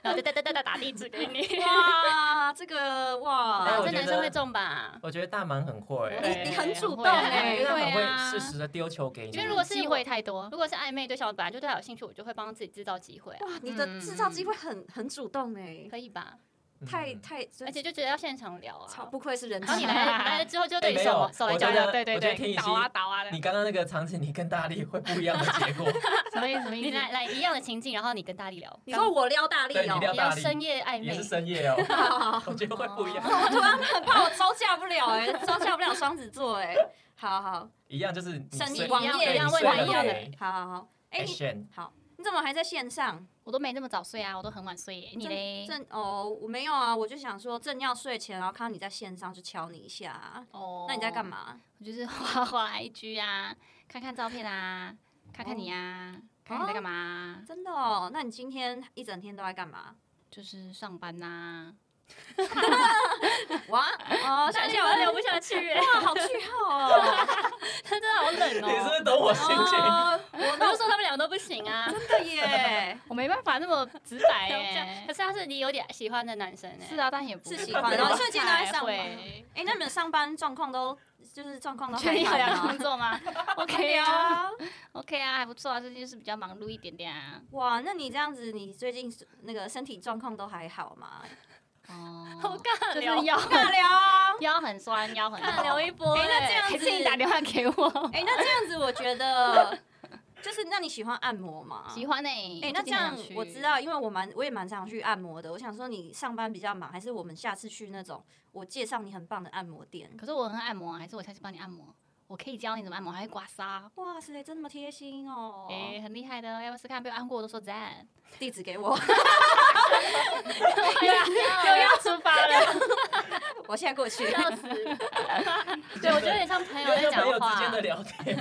A: 然后就哒哒哒哒打地址给
B: (laughs)
A: 你。
D: 哇，这个
B: 哎
D: 哇
B: 我，
A: 这
B: 觉
A: 男生
B: 得
A: 会中吧？
B: 我觉得大蛮很会
A: 我，
D: 你你很主动
B: 因
D: 哎、
B: 为他
C: 对
B: 很
C: 啊
B: 会适时的丢球给你。
A: 因为如果是
C: 机会太多，
A: 如果是暧昧对象，我本来就对他有兴趣，我就会帮自己制造机会啊，
D: 哇，你的制造机会很很主动哎、
A: 可以吧？
B: 嗯
D: 太太，
A: 而且就觉得要现场聊
D: 超
A: 啊。
D: 不愧是人
A: 然后你
D: 妻。
A: 来了来了之后，就对你
B: 哎没
A: 手
B: 有
A: 手
B: 我
A: 来
B: 觉
A: 脚
B: 得
A: 来，
C: 对对对，倒啊倒啊的
B: 你，刚刚那个场景，你跟大力会不一样的结果。
C: 什么意
A: (laughs)
C: 思？什么意
A: 你
C: 思？
A: 来来一样的情境，然后你跟大力聊，
D: 你说我撩大力
B: 对你
D: 哦、
B: 撩
A: 你要
B: 大力
A: 深夜暧
B: 也
A: 昧
B: 是，
C: (laughs)
B: 深夜哦，我觉得会不一样。
D: 我突然很怕我招架不了哎、招架不了双子座哎、好好
B: 一样就是你
D: 深
B: 睡
D: 夜网页
B: 对嗯
D: 要
B: 你
D: 问
B: 睡了
A: 网页
B: 没？
D: 好好好，哎、
B: 哎
D: 你
B: ，Shen，
D: 好，你怎么还在线上？
C: 我都没那么早睡啊，我都很晚睡耶。你嘞？
D: 正哦，我没有啊，我就想说正要睡前，然后看到你在线上就敲你一下、啊。
C: 哦
D: 那你在干？嘛？
C: 我就是画画 IG 啊，看看照片啊，看看你啊，看看你在干嘛啊，
D: 真的哦，那你今天一整天都在
C: (laughs)
D: 干嘛？
C: 就是上班啊呐。
D: 哇，哦，想
C: (laughs)
D: 一下我
A: 聊不下去，
D: 哇，好句号哦！
A: (laughs) 他真的好冷
B: 你是
C: (laughs)
B: 不
A: 哦。
B: 是懂我心情？
D: 哦，
A: 我都说他们两个都不行啊，
D: 真的耶，
C: (laughs) 我没办法那么直白
A: (laughs) 这样
C: 耶
A: 可。是他是你有点喜欢的男生呢，欸
C: 是，啊，但也不
D: 是喜
C: 不
D: 欢，
C: 太
D: 然后瞬间都在上班。
C: 会。
D: 哎，那你们上班状况都就是状况都
C: 确定有
D: 还
C: 要
A: 哦
D: 好吗
C: 工？
A: (laughs)
C: 作吗？OK
D: 聊
C: 啊
D: 啊！
C: ，OK 啊，还不错啊，最近就是比较忙碌一点点啊。
D: 哇，那你这样子，你最近那个身体状况都还好
C: (laughs)
D: 吗？
C: 哦，
A: (laughs) 好尬
C: 就是
A: 聊，
C: 腰
D: 尬 (laughs) 聊啊！
C: 腰很酸，腰很
A: 尬
C: 痛
A: 聊一波
D: 哎
A: 欸。
D: 那这样
C: 还 (laughs)
D: 子
C: 是你打电话
A: (laughs)
C: 给我？
D: 哎，那这样子，我觉得就是，那你喜欢按摩吗？
C: 喜。欢欸
D: 哎、
C: 哎，
D: 那
C: 最
D: 这
C: 近很
D: 样
C: 想去
D: 我知。道，因为我蛮我也蛮常去按摩的。我想说，你上班比较忙，还是我们下次去那种我介绍你很棒的按摩店？
C: 可是我很爱按摩啊，还是我下次帮你按摩？我可以教你怎么按摩，还会刮痧。
D: 哇塞，这么贴心哦！
C: 哎，很厉害的，要不是看被我按过，我都说赞。
D: 地址给我，
C: (laughs)
D: (laughs)
C: 啊
A: 又 (laughs) 要出发了，
D: 我现在过去。
A: 笑死。对，我 (laughs) 觉得有点像朋友在
B: 跟朋友
A: 讲
B: 之间
A: 话
B: 的，聊天，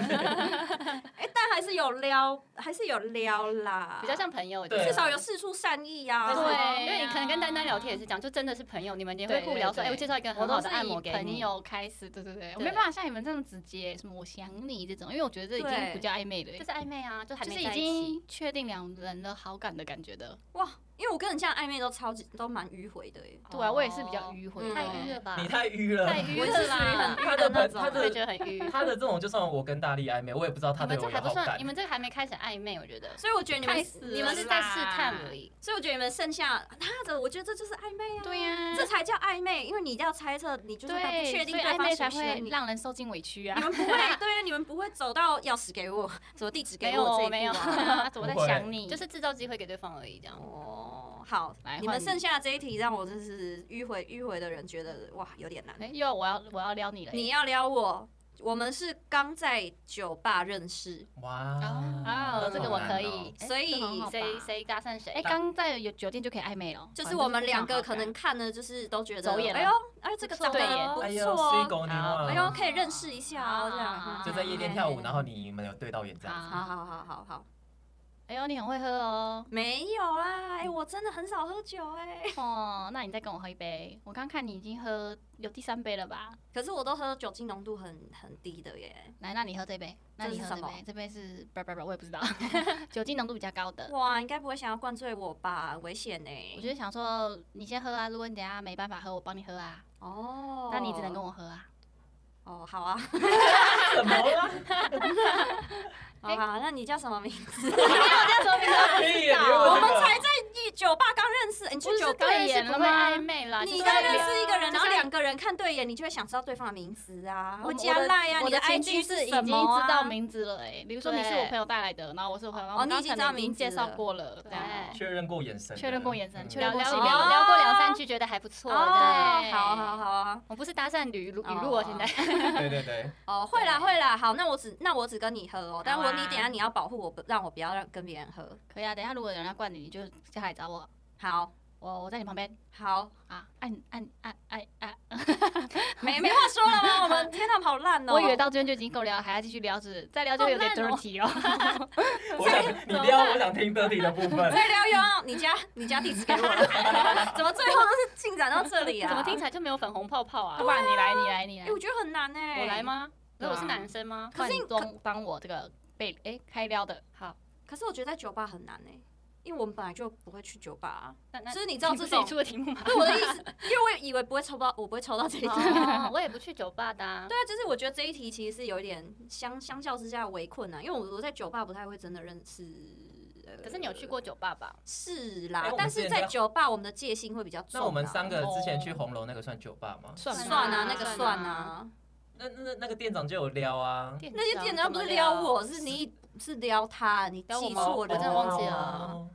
D: 哎、但还是有撩，还是有撩啦，
A: 比较像朋友，我觉
B: 对
A: 得
D: 至少有事出善意呀、啊。
C: 对
A: 因为你可能跟丹丹聊天也是这样，就真的是朋友，你们也会
C: 对
A: 互聊说，
C: 对对
A: 哎、我介绍一个
C: 我
A: 很好
C: 都
A: 的
C: 是
A: 按摩
C: 以
A: 给
C: 朋
A: 你。
C: 友开始，对对对，我
A: 对
C: 没办法像你们这么直接，什么我想你这种，因为我觉得这已经
D: 对
C: 不叫暧昧了欸，
A: 就是暧昧啊，就还
C: 就
A: 没
C: 是
A: 在
C: 已
A: 一起
C: 经确定两人的好感的感觉的。
D: 哇，因为我跟人家的暧昧都超级都蛮迂回的耶。
C: 对啊，
A: 哦
C: 我也是比较迂回的，
D: 嗯
A: 太晕了吧？ (laughs)
B: 你太迂了
A: 啊太。
D: 我
A: 晕
D: 是
A: 了
D: 属于很
A: 啦！
D: 迂的那种
B: 他。
A: 我
B: 的
A: 也觉得很晕。
B: 他的这种就算我跟大力暧昧，我也不知道他
A: 你
B: 对
A: 们
B: 我
A: 这
B: 有
A: 还不
B: 好
A: 算，
B: 感
A: 你。们这个还没开始暧昧，我觉得。
D: 所以我觉得你们
C: 开始了
D: 你们
A: 是
D: 是
A: 在
D: 在
A: 试探而已。
D: 所以我觉得你们剩下他的，我觉得这就是暧昧啊。
C: 对呀、
D: 这才叫暧昧，因为你要猜测，你就是
C: 对，
D: 不确定
C: 所以
D: 对
C: 暧
D: 方
C: 昧
D: 喜
C: 才
D: 不喜欢
C: 会
D: 你。
C: 让人受尽委屈
D: 你
A: (laughs)
C: 啊。
D: 们不会， (laughs) 对，你们不会走到钥匙给我，什么地址
A: 没
D: 给
A: 有
D: 我这一步、啊、
A: 没有
C: 我在想你，
A: 就是制造机会给对方而已，这样。
D: 哦，好
C: 来，
D: 你们
C: 换你
D: 剩下这一题让我真是迂回迂回的人觉得哇有点难。
C: 哎又要我要我要撩你了耶。
D: 你要撩我，我们是刚在酒吧认识，
B: 哇，
A: 哦
C: 哦，这个我可
B: 嗯
C: 以，
D: 所以
C: 这很好吧
A: 谁谁搭讪谁？
C: 哎，刚在有酒店就可以暧昧了，
D: 就是我们两个可
C: 反正
D: 能看了就是都觉得，
A: 走眼了
D: 哎呦，哎这个长得
A: 对眼
D: 不
B: 哎呦，
D: 错
B: 水
D: 哦，
B: 狗你
A: 好
B: 忘
D: 哎
B: 了
D: 呦可以认识一下哦，这样
A: 啊
B: 就在夜店跳舞，然
D: 后
B: 后你们有对到眼这样子。
D: 好好
C: 不是
D: 好好好，
C: 不好好感哎呦，你很会喝哦，
D: 没有啦，哎我真的很少喝酒哎，
C: 哦，那你再跟我喝一杯，我刚看你已经喝有第三杯了吧？
D: 可是我都喝酒精浓度很很低的耶，
C: 来，那你喝这杯，那
D: 这
C: 你
D: 是
C: 喝
D: 什
C: 这
D: 么
C: 杯，这杯是不不不，我也不
D: (laughs)
C: 知道，酒精浓度比较高的。
D: 哇，你该不会想要灌醉我吧？危险呢，
C: 我就是想说，你先喝啊，如果你等一下没办法喝，我帮你喝啊，
D: 哦，
C: 那你只能跟
D: 我
C: 我喝啊。
D: 哦好啊，
B: (laughs) 怎么了？
D: 好啊，那你叫什么名字？
B: (laughs)
C: (laughs)
B: 哎呀
D: (laughs) 我们才在一酒吧刚认识，你去
C: 不是
D: 酒吧
A: 当
C: 对
A: 然是
C: 眼
A: 不
C: 了
A: 会啊
C: 吗
A: 暧昧啦，就
D: 你
A: 是
D: 刚
A: 会
D: 认
A: 聊
D: 识一个人，
A: 就
D: 然后
A: 是
D: 两个人看对眼，你就会想知道对方的名字啊，
C: 我
D: 或加赖啊，
C: 我
D: 你
C: 的情
D: IG
C: 境
D: 是
C: 已
D: 什
C: 经
D: 么啊
C: 知道名字了哎，比如说你是我
A: 对
C: 朋友带来的，然后我是我朋友，然后
D: 哦
C: 我
D: 你
C: 刚
D: 已经
C: 刚
D: 知道
C: 可能已经
D: 名字
C: 介绍
D: 了
C: 过了，这样
A: 对
B: 确认过眼神的，
C: 确认过眼神
B: 嗯
C: 确
A: 聊
C: 认
A: 聊
C: 过
A: 聊
C: 几秒
A: 聊过两三句，觉得还不错，
D: 哦
A: 对。，
D: 好好好啊，
A: 我不是搭讪语录语录
D: 哦
A: 哦，现在
B: 对对对，
D: 哦，会啦会啦，好，那我只那我只跟你喝哦，但
C: 好
D: 我
C: 啊
D: 你等一下你要保护我，不让我不要让跟别人喝，
C: 可以啊。等一下如果有人要灌你，你就下来找我，
D: 好
C: 我我在你旁边 (laughs)
D: 好，
C: 啊，按按按按按。
D: 没没话说了吗？我们天哪，好烂哦，
C: 我以为到这边就已经够聊，还要继续聊，只再聊就有点
D: 好烂哦
C: dirty 哦。
B: 我想你撩，我想听 dirty 的部分。
D: (laughs) 再聊有你家你家地址给我了， (laughs) 怎么最后都是进展到这里啊？
A: 哎怎么听起来就没有粉红泡泡啊
C: 要？不然你来，你来，你来
D: 哎，，我觉得很难哎，
A: 我来？吗？
C: 对
A: 那
C: 啊
A: 我是男生吗？
D: 可
C: 换
D: 是
C: 你帮帮我这个被哎开撩的，
A: 好，
D: 可是我觉得在酒吧很难哎、因为我们本来就不会去酒吧、啊。
A: 那那
D: 就是你知道
A: 不
D: 这
A: 是你
D: 种，
A: 出的题目吗？
D: 对我的意思，因为我以为不会抽到， (laughs) 我不会抽到这一
A: (laughs)
D: 题。
A: 哦我也不去酒吧的 (laughs) 啊。
D: 对啊，就是我觉得这一题其实是有一点相相较之下围困啊，因为我我在酒吧不太会真的认识。呃
A: 可是你有去过酒吧吧？
D: 是啦，
B: 哎我们
D: 但
B: 之
D: 是
B: 前
D: 在
B: 在
D: 酒吧我们的戒心会比较重、啊
B: 那我们三个之前去红楼那个算酒吧吗？
C: 算吧
D: 算啊，那个
A: 算啊
D: 算啊，
B: 那那那个店长就有撩啊，
D: 那些店长不是撩我，是你是撩他，你
A: 撩我
D: 记
A: 吗
D: 错
A: 我
D: 人
A: 真的忘记了
D: 了，
B: 哦。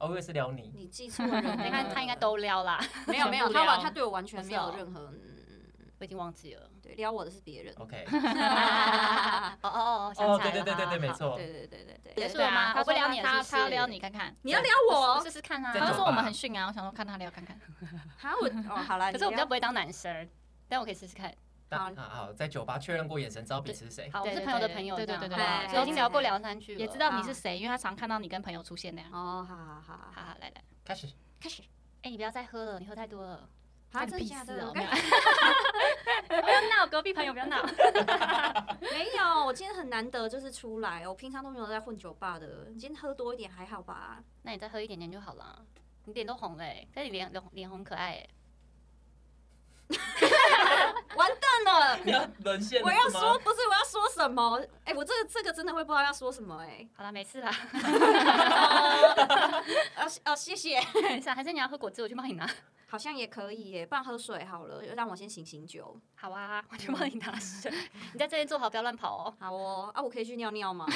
B: 哦，我也是撩你，
D: 你记错人了。
A: 嗯你 (laughs) 看他应该都撩啦，
D: 没有没有，
C: 全部
D: 他完
C: 撩
D: 他对我完全
A: 不
D: 没
A: 是哦
D: 有任何。嗯
A: 我已经忘记了。
D: 对，撩我的是别人。
B: OK，
A: 哦哦哦，想
B: 哦，
A: 起来
B: 对
A: 了
B: 对对对对，没。
A: 好好好
B: 错，
D: 对对对对对，
A: 结
C: 结
A: 束了吗？
C: 他
A: 我不
C: 啊说
A: 撩你了，
C: 他
A: 是不是
C: 他要撩你，看看。
D: 你要撩
A: 我
D: 我哦
A: 试试看啊。
B: 在
C: 他
B: 酒吧
C: 就说我们很逊啊，我想说看他撩看看。
D: 啊，我哦好啦，
A: 可是我
D: 你
A: 比
D: 撩
A: 较不会当男生，但我可以试试看。
B: 但啊好，在酒吧确认过眼神，知道彼此是谁。
A: 好，我们是
C: 对
A: 朋友的
C: 对对
A: 朋友这
C: 对对
A: 样，
C: 对
A: 好不
D: 对对
A: 好
D: 对
A: 所以已经聊过
D: 对对
A: 两三句了，
C: 也知道你是谁，因为他常看到你跟朋友出现那样。
D: 哦，好好好好
A: 好。好来来，
B: 开始，
D: 开始。
A: 哎，你不要再喝了，你喝太多 (laughs) 了。
D: 啊，
C: 干
D: 真
C: 屁
D: 的假
C: 事
D: 的？
C: 哦
D: 我
C: 没
D: 刚
C: 有
A: 不要闹，隔壁朋友不要闹。
D: (laughs) 没有，我今天很难得就是出来，我平常都没有在混酒吧的。你今天喝多一点还好吧？
A: 那你再喝一点点就好了。你脸都红了、欸，但你脸脸脸红可爱、欸，
D: 完蛋了，
B: (laughs) 你要沦陷
D: 我要
B: 是吗
D: 说不是我要说什么？哎，我这个这个真的会不知道要说什么哎。
A: 好了，没事啦。 (laughs)
D: 哦哦，谢谢。
A: 没事啊，还是你要喝果汁，我去帮你拿。
D: 好像也可以耶，不然喝水好了，让我先醒醒酒。
A: 好啊，我去帮你拿水。 (laughs) 你在这边坐好，不要乱跑哦。
D: 好哦，啊，我可以去尿尿吗？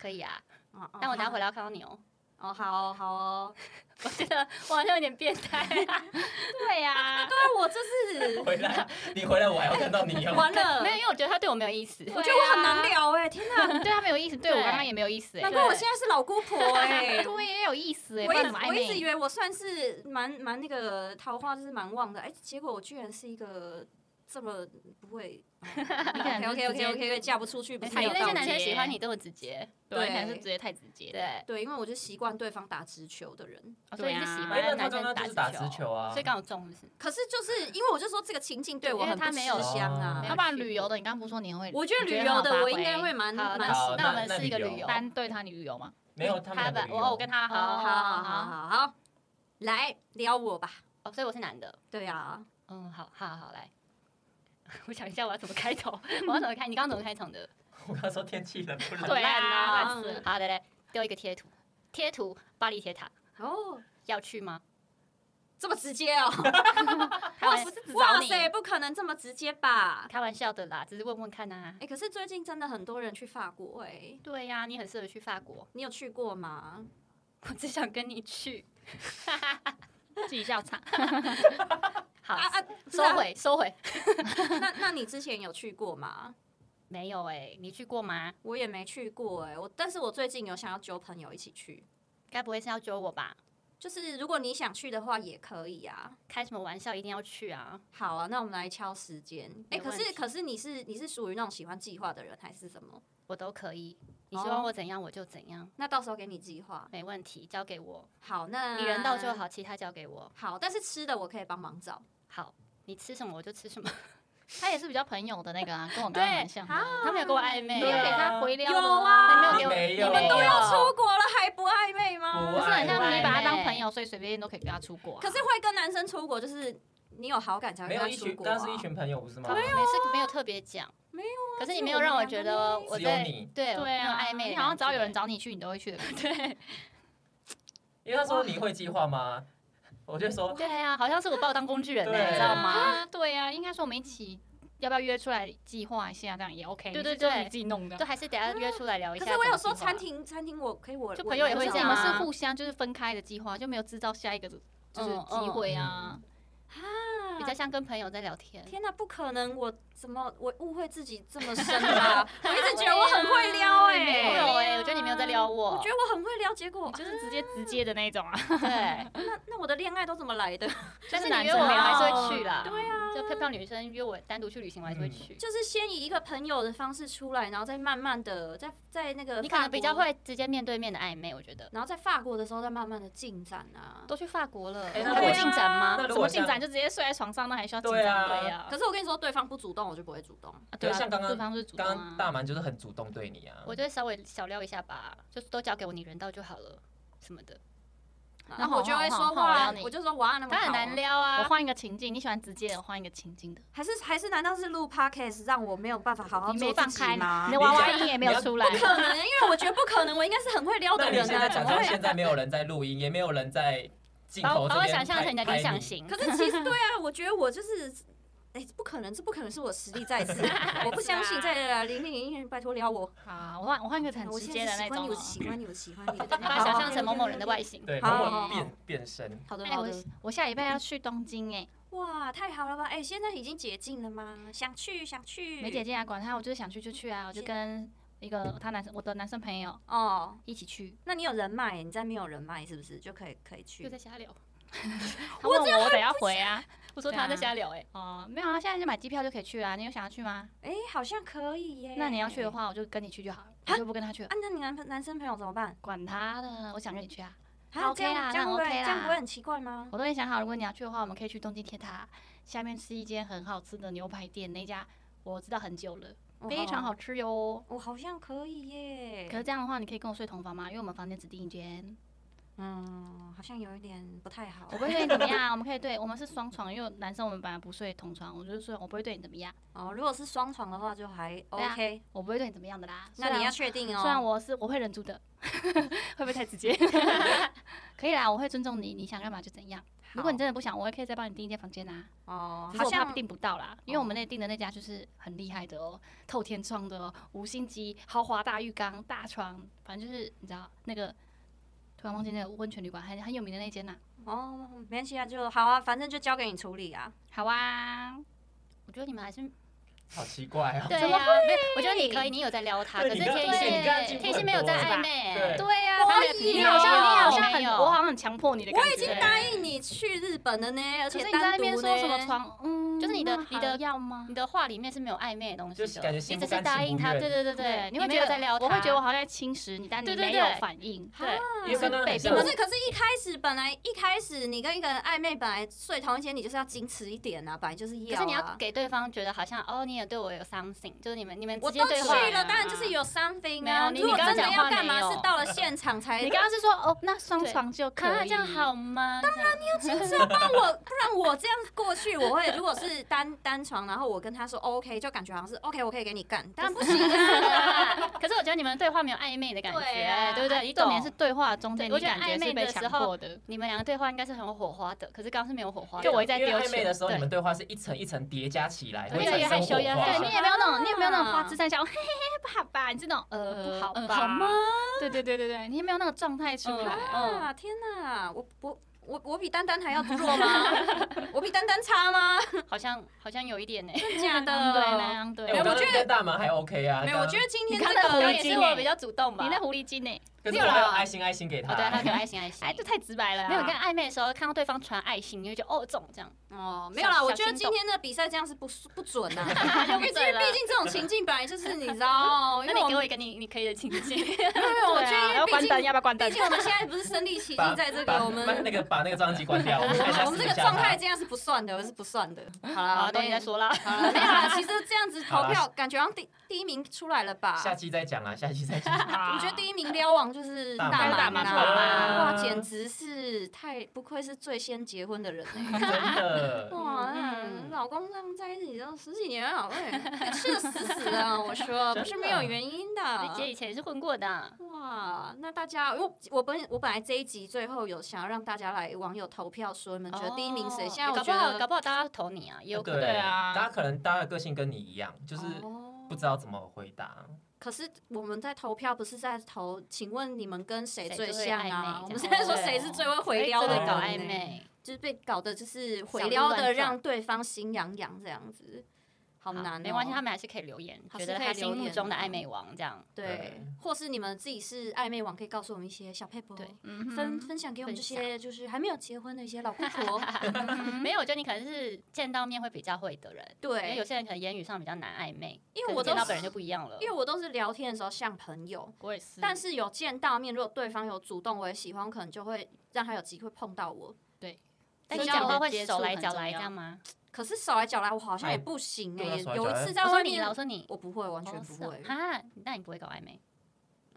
A: 可以啊，
D: 啊
A: 但我等下回来
D: 来。
A: 要看到你哦。 (laughs)
D: 哦，好哦，好哦。
A: 我觉得我好像有点变态、啊对呀、
D: 对啊，我这
B: (laughs)
D: 是
B: 回来，你回来我还要看到你
D: (laughs)
B: 哦。
D: 完了
A: 没，有，因为我觉得他对我没有意思。
D: 我觉得我很难聊哎，天哪！
C: 对他没有意思，对我
A: 对
C: 刚刚也没有意思哎
D: 难。怪我现在是老姑婆哎、
C: 对，也有意思哎，
D: 我
C: 不
D: 一
C: 然
D: 直
C: 怎么
D: 我
C: 暧
D: 一直以
C: 昧？
D: 为我算是蛮蛮那个桃花就是蛮旺的，哎、结果我居然是一个这么不会。
C: 看
D: OK OK OK OK，嫁不出去不是
A: 反
D: 有
A: 正那些
D: 道
A: 男
D: 理？
A: 生喜欢你这么直接，
C: 对，
D: 对
C: 可能是直接太直接。
A: 对，
D: 对，因为我就习惯对方打直球的人。
A: 哦所以你是喜
C: 对啊
B: 因为
A: 欢
B: 他
A: 男
B: 刚
A: 生
B: 刚就是打直球啊
A: 所以刚好中是不是？
D: 可是就是因为我就说这个情境对我很
A: 因为他
D: 不
A: 没有
D: 吃香啊
B: 哦。
C: 要不然旅游的，你刚刚不是说你会？
D: 我觉得
C: 你
D: 旅
C: 很好
D: 游的
C: 发
D: 我应该
C: 挥
D: 会蛮
A: 好，
D: 蛮喜
A: 那
B: 好
D: 欢
A: 那我
B: 那
A: 们
B: 那
A: 是一个
B: 旅游
A: 旅游，
C: 单对他旅游吗？
B: 没有他们
A: 他
B: 两个
A: 吧，
B: 旅游
A: 我我跟他
D: 好好
A: 哦好，
D: 好好好，来撩我吧。
A: 哦，所以我是男的。
D: 对啊，
A: 嗯，好好好，来， (laughs) 我想一下我要怎么开头， (laughs) 我要怎么开？你刚刚怎么开场的？
B: (laughs) 我刚说天气冷不冷？
C: 对啊，
D: 烂
C: 烂
D: 啊
C: 死了。
A: 好，来来，丢一个贴图，贴图，巴黎铁塔
D: 哦，
A: 要去吗？
D: 这么直接哦。
A: 开玩
C: 是只
D: 哇塞，不可能这么直接吧？
A: 开玩笑的啦，只是问问看呐、啊
D: 哎、。可是最近真的很多人去法国哎、
A: 对呀、你很适合去法国， (laughs)
D: 你有去过吗？
A: 我只想跟你去。
C: 自己笑场。
A: 好，
D: 啊啊，
A: 收回收回。
D: 那那你之前有去过吗？
A: 没有哎、你去过吗？
D: 我也没去过哎、我但是我最近有想要揪朋友一起去，
A: 该不会是要揪我吧？
D: 就是如果你想去的话也可以啊。
A: 开什么玩笑，一定要去啊！
D: 好啊，那我们来敲时间。
A: 没
D: 哎、可
A: 问
D: 是
A: 题
D: 可是你是你是属于那种喜欢计划的人还是什么？
A: 我都可以，你
D: 哦
A: 希望我怎样我就怎样，
D: 那到时候给你计划。
A: 没问题，交给我，
D: 好，那
A: 你人到就。好，其他交给我。
D: 好，但是吃的我可以帮忙找。
A: 好，你吃什么我就吃什么。
C: 他也是比较朋友的那个啊，跟我刚刚蛮像的啊。
A: 他没有跟我暧昧
C: 你有给
A: 啊，
C: 他回撩
D: 有
C: 的
D: 啊
A: 你没有给我，
B: 没有
A: 你没
D: 都要
A: 有
D: 出国了还不暧昧吗？
B: 不
C: 不是很像
A: 对
C: 你把他当朋友，所以随便都可以跟他出国啊。
D: 可是会跟男生出国，就是你有好感才会
B: 没
D: 跟
B: 有
D: 他
B: 一
D: 出
B: 群，
D: 国、啊。
B: 但是一群朋友不是吗
A: 他？没有，没有特别讲，
D: 没
A: 有啊。可是你
D: 只有
A: 没
D: 我
A: 有让
D: 们
A: 我
D: 两
A: 觉
D: 个
A: 得
D: 妹
A: 我
B: 只有
A: 在
B: 你
A: 对
C: 对啊，
A: 没有暧昧的感觉，
C: 你好像只要有人找你去，你都会去的感觉。
B: 因为他说你会计划吗？我就说
A: 对啊，好像是我把我当工具人呢，欸
B: 对
A: 你知道吗？
C: 啊？对啊，应该说我们一起要不要约出来计划一下，这样也 OK。
A: 对对
C: 你是不是
A: 对
C: 你自己弄的
A: 对，。还是等下约出来聊一
D: 可
A: 下。
D: 是我有说
B: 啊
D: 餐，厅，餐厅我可以我
A: 就朋友也
C: 可
A: 会
C: 是
A: 这
C: 你
A: 样
C: 们
A: 啊
C: 是互相就是分开的计划，就没有制造下一个就是
A: 嗯
C: 机会啊。
D: 啊
A: 比较像跟朋友在聊天。
D: 天哪，不可能！我怎么我误会自己这么
B: (laughs)
D: 深啦、我一直觉得我很会撩哎、
A: 没有哎，我觉得你没有在撩
D: 我
A: 我
D: 觉。得我很会撩，结果
A: 嗯
D: 啊
C: 你就是直接直接的那种啊，
A: 对，
D: 那那我的恋爱都怎么来的？ (laughs)
A: 但是
C: 男
A: 你约
C: 生
A: 我
C: 没有
A: 我还是
D: 哦
A: 会去
C: (laughs)
A: 啦。
D: 对啊
A: 就漂漂女生约我单独去旅行，我还是会
B: 嗯
A: 去。
D: 就是先以一个朋友的方式出来，然后再慢慢的在在那个
A: 你可能
D: 法国
A: 比较，会直接面对面的暧昧，我觉得。
D: 然后在法国的时候再慢慢的进展啊。
A: 都去法国了，
B: 哎
A: 有
B: 那
A: 什
C: 对
A: 么
C: 啊
A: 进展吗
B: 那？如
C: 怎
B: 果
C: 么
B: 像
C: 进展就直接睡在床上，那还需要进
B: 对啊
C: 展对啊
D: 可是我跟你说，对方不主动，我就不会主动。
C: 啊对啊，
B: 像刚刚
C: 对方是主动
B: 刚
C: 啊
B: 刚大蛮就是很主动对你啊，
A: 我就会稍微小撩一下吧，就是都交给我，你人到就好了，什么的。
D: 然后我就会说
C: 好好好我
D: 哇
C: 撩，你
D: 我就说哇，那么
A: 他
D: 好
A: 很
D: 啊
A: 难撩
C: 我
A: 啊，
C: 换一个情境，你喜欢直接的，我换一个情境的。
D: 还是还是难道是录 podcast 让我没有办法好好
C: 你
D: 做
C: 没
D: 自
C: 放
D: 己
C: 开
B: 啊
D: 吗？
C: 你的娃娃音也没有出来
D: 不。可能，因为我觉得不可能，我应该是很会撩
B: 那
D: 的
B: 你
D: 人
B: 现在
D: 啊，怎
B: 假
D: 么
B: 装
D: 会？
B: 现在没有人在录音，也没有人在镜
A: 把
B: 头
A: 我把
B: 这
A: 我
B: 边
A: 想象成你的
B: 拍
A: 理想。
B: 拍你
A: 型。
D: 可是其实对啊，我觉得我就是。哎、不可能，这不可能是我实力在 (laughs) 此，我不相信。再呃来来，玲玲玲玲，拜托撩我，
C: 好，我哎换我换一个很
D: 我
C: 直
D: 现
C: 接
D: 在
C: 的
D: 是
C: 那
D: 喜欢
C: 种
D: 你，我
C: 了。
D: 喜欢你，我喜欢你。
A: 把它想象成某某人的外形，
B: 对，
D: 好
B: 然
D: 好
B: 后
D: 好
B: 变变身。
D: 好的，
C: 哎，
D: 好
C: 我
D: 的。
C: 我下礼拜要去东京哎，
D: 哇，太好了吧？哎、现在已经解禁了吗？想去，想去。
C: 梅姐姐啊，管他，我就是想去就去啊，我就跟一个他男生我的男生朋友
D: 哦，
C: 一起 (laughs) 去。
D: 那你有人脉，你在没有人脉是不是就可以可以去
A: 又？在瞎聊。
C: 他问我，我等下回啊。
A: 我说他在瞎聊，哎，
C: 哦，没有啊，现在就买机票就可以去啊。你有想要去吗？
D: 哎、好像可以耶。
C: 那你要去的话，我就跟你去就好了，我就不跟他去了。
D: 啊，那你男朋男生朋友怎么办？
C: 管他的，我想跟你去啊。
D: 啊
C: 那
D: 这样
C: 啊 OK 啦
D: 这样会不会
C: 那 OK 啦
D: 这样不会很奇怪吗？
C: 我都已经想好，如果你要去的话，我们可以去东京铁塔下面吃一间很好吃的牛排店，那家我知道很久了， (laughs)
D: 哦
C: 非常好吃哟。哦
D: 我好像可以耶。
C: 可是这样的话，你可以跟我睡同房吗？因为我们房间只订一间，
D: 嗯，好像有一点不太好
C: 我。不会对你怎么样。我们可以对，我们是双床，因为男生我们本来不睡同床，我就是说我不会对你怎么样，
D: 哦，如果是双床的话就还
C: 对啊
D: OK。
C: 我不会对你怎么样的啦。
D: 那你要
C: 虽
D: 确定
C: 然虽然
D: 哦。
C: 我是我会忍住的， (laughs) 会不会太直接？ (laughs) 可以啦，我会尊重你，你想干嘛就怎样。如果你
D: 好
C: 真的不想，我也可以再帮你订一间房间啊。
D: 哦，
C: 只是
D: 好
C: 我怕
D: 像
C: 订不到啦，因为我们那订的那家就是很厉害的哦，透天窗的哦，五星级豪华大浴缸、大床，反正就是你知道那个，突然忘记那个温泉旅馆很很有名的那间呐、
D: 哦，没关系啊，就好啊，反正就交给你处理啊。
C: 好啊，
A: 我觉得你们还是
B: 好奇怪哦。
A: 对呀，没有我觉得你可以，你有在撩他，可
B: 对
A: 是
B: 你刚
A: 天
B: 你
A: 心
B: 你刚刚进步
A: 天
B: 很
A: 心没有
B: 多
A: 在
B: 了
A: 暧
C: 吧
A: 昧，
B: 对
D: 对啊，
A: 他没有
C: 你
A: 有
C: 好像你好
A: 我
C: 像
A: 没
C: 很
A: 有
C: 我好像很强迫你的感觉，
D: 我已经答应你去日本了呢，而
C: 可
D: 且
C: 是你
D: 单
C: 在那边
D: 独
C: 说
D: 呢
C: 什么？床，嗯，
A: 就是你的
C: 那
A: 你的
C: 还要吗
A: 你？的话里面是没有暧昧的东西
B: 就是
A: 的，
B: 感觉
A: 你
B: 心
A: 只
B: 不
A: 是
B: 甘
A: 答
B: 情
A: 应
B: 不
A: 他，
B: 愿
A: 对对对对，
C: 你
A: 你
C: 会
A: 没
C: 觉
A: 有
C: 得
A: 在撩他，
C: 我会觉得我好像在侵蚀你，但你
A: 对对
C: 没有
A: 对
C: 反应，
A: 对
B: 因为刚刚
C: 被
B: 很像
C: 逼
D: 不是，可是一开始本来一开始你跟一个人暧昧，本来睡同一间，你就是要矜持一点啊，本来就是
A: 可
D: 要、啊。
A: 是你要给对方觉得好像哦，你也对我有 something，就是你们你们
D: 我
A: 之
D: 都
A: 间对话
D: 去了，
C: 啊
D: 当然就是有 something
A: 没
D: 啊。
A: 有你
D: 如果
A: 你刚刚
D: 真的
A: 讲
D: 要
A: 话
D: 干嘛，
A: 没有
D: 是到了现场才。
C: 你刚刚是说哦，那双床就可以，
A: 啊，这样 (laughs) 好吗？当然你有
D: 矜持啊，不然我不然我这样过去，我会如果是单单床，然后我跟他说 OK，就感觉好像是 OK，我可以给你干，当然不行啊。
A: 可是我觉得你们对话没有暧昧的感觉，
D: 对啊
A: 对不对？你
C: 重
A: 懂
C: 点是对话中
A: 对
C: 间，你
A: 我觉得
C: 感
A: 暧
C: 觉是
A: 昧
C: 被
A: 的
C: 强
A: 时候
C: 迫的。
A: 你们两个对话应该是很有火花的，可是刚刚是没有火花的。
C: 就我一直在
B: 因为
C: 丢球
B: 暧昧的时候，
A: 对
B: 你们对话是一层一层叠加起来，
A: 对
B: 会
A: 越来
B: 产
A: 越害
B: 生
A: 羞越来越害
B: 火
A: 羞
B: 花
C: 对你也没有那种，你也没有那种花
D: 啊
C: 枝散笑，嘿嘿嘿，不好吧？你这种呃，
A: 呃
C: 不好
A: 嗯
C: 吧？
A: 好吗？
C: 对对对对对，你也没有那种状态出来啊。
A: 嗯
D: 啊，天哪，我我。我我比丹
A: (laughs)
D: 丹还要弱吗？我比丹丹差吗？
A: 嗯好像好像有一点呢、
D: 真的假
C: 嗯对那
D: 的？
C: 样对
B: 哎，我
D: 没有
B: 刚
D: 我觉
B: 刚
D: 得
B: 跟大麻还 OK 啊，
D: 没有，我觉得今天
C: 你看
D: 这
C: 那狐
A: 可
D: 个
A: 能
C: 狸
A: 也
C: 精
A: 是我
C: 欸
A: 比较主动吧。
C: 你那狐狸精呢？
B: 可
A: 没
B: 是
A: 有
B: 我还有
A: 啦
B: 爱心爱心给他，
A: 哦，对，他可爱心爱心。
C: 哎，这太直白了啊。
A: 没有跟暧昧的时候看到对方传爱心，你就觉得哦中这样。
D: 哦，没有啦，
A: 小
D: 我觉得
A: 小心
D: 今
A: 动
D: 天的比赛这样是不不准呐、
A: (laughs)
D: 啊，因为
A: 不准了
D: 毕竟这种情境本来就是你知道，因
A: (laughs) 那
D: 为
A: 你
D: 我
A: 给
D: 们
A: 我一个你你可以的情境，
C: (laughs)
D: 没有没有，我觉
A: 啊
D: 得因
C: 啊要
D: 为毕
C: 关
D: 竟
C: 灯，要不要关灯
D: 毕？竟我们现在不是身临其
B: 把
D: 境在这
B: 把
D: 个我们
B: 把那个把那个照相机关掉，我们看一下
D: (laughs) 我们这个
B: 私底下
D: 状态
B: 吧
D: 这样是不算的，我是不算的。好
A: (laughs) 好
D: 啦，
A: 啊，等你再
D: 没
A: 说
C: (laughs)
A: 啦。
D: 好了，没有啦。其实这样子投
B: 好
D: 票，感觉好像第第一名出来了吧？
B: 下期再讲啊，下期再讲。
A: (laughs)
D: 我觉得第一名撩网就是
B: 大
D: 大
B: 满
D: 满
C: 大满
D: 啦，
B: 大满
D: 哇，简直是太不愧是最先结婚的人哎、
B: 真的，
D: 哇，
A: 嗯
D: 那老公这样在一起都十几年了，喂，吃的死死的，我说不是没有原因
A: 你姐
D: 的。
A: 以前也是混过的啊，
D: 哇，那大家，因为我本我本来这一集最后有想要让大家来网友投票，说你们觉得第一名谁？
A: 哦
D: 现在我
A: 搞不
D: 觉
A: 好
D: 得
A: 搞不好大家投你啊，也有可能。
B: 对
C: 对啊
B: 大家可能大家的个性跟你一样，就是
D: 哦
B: 不知道怎么回答。
D: 可是我们在投票，不是在投？请问你们跟谁
A: 谁
D: 最
A: 最
D: 像
A: 暧昧
D: 啊？我们
A: 这
D: 是
A: 样
D: 在说
A: 对
D: 谁是最会回
A: 哎
D: 撩
A: 真
D: 的
A: 的
D: 人
A: 搞
D: 呢
A: 暧昧，
D: 就是被搞得就是
A: 小
D: 毁
A: 鹿
D: 撩
A: 乱
D: 的，
A: 撞
D: 让对方心痒痒这样子，好难、哦。
A: 没关系，他们还是可以留言，
D: 还
A: 觉
D: 是
A: 得
D: 可以
A: 他
D: 留
A: 心目
D: 言
A: 中的
D: 啊
A: 暧昧王这样。
D: 对
B: 对，
D: 或是你们自己是暧昧网，可以告诉我们一些小配博，
A: 对
C: 嗯哼
D: 分分享给我们这
A: 分
D: 些就是还没有结婚的一些老姑
A: (laughs)
D: 婆。
A: 没有，我觉得你可能是见到面会比较会的人，因为有
D: 对，
A: 些人可能言语上比较难暧昧，
D: 因
A: 可
D: 为
A: 是
D: 我都
A: 见到
D: 是
A: 本人就不一样了。
D: 因为我都是聊天的时候像朋友，
A: 我也是，
D: 但是有见到面，如果对方有主动我也喜欢，我可能就会让他有机会碰到我。
A: 但
D: 社
A: 你
D: 交
A: 讲话
D: 的
A: 会
C: 接
A: 手
C: 触
A: 来
C: 很
A: 脚
C: 重
A: 来这
C: 要
A: 样吗？
D: 可是手来脚来，我好像也
B: 哎
D: 不行
B: 对啊
D: 哎、
B: 手来
D: 有
B: 脚
D: 一
B: 来
D: 次
C: 哦
D: 在
A: 我说
D: 外
A: 你啦，
D: 面
A: 我，说你，
D: 我不会，完全
A: 哦
D: 不
A: 是哦
C: 啊
D: 会。
A: 哈，那你不会搞暧昧？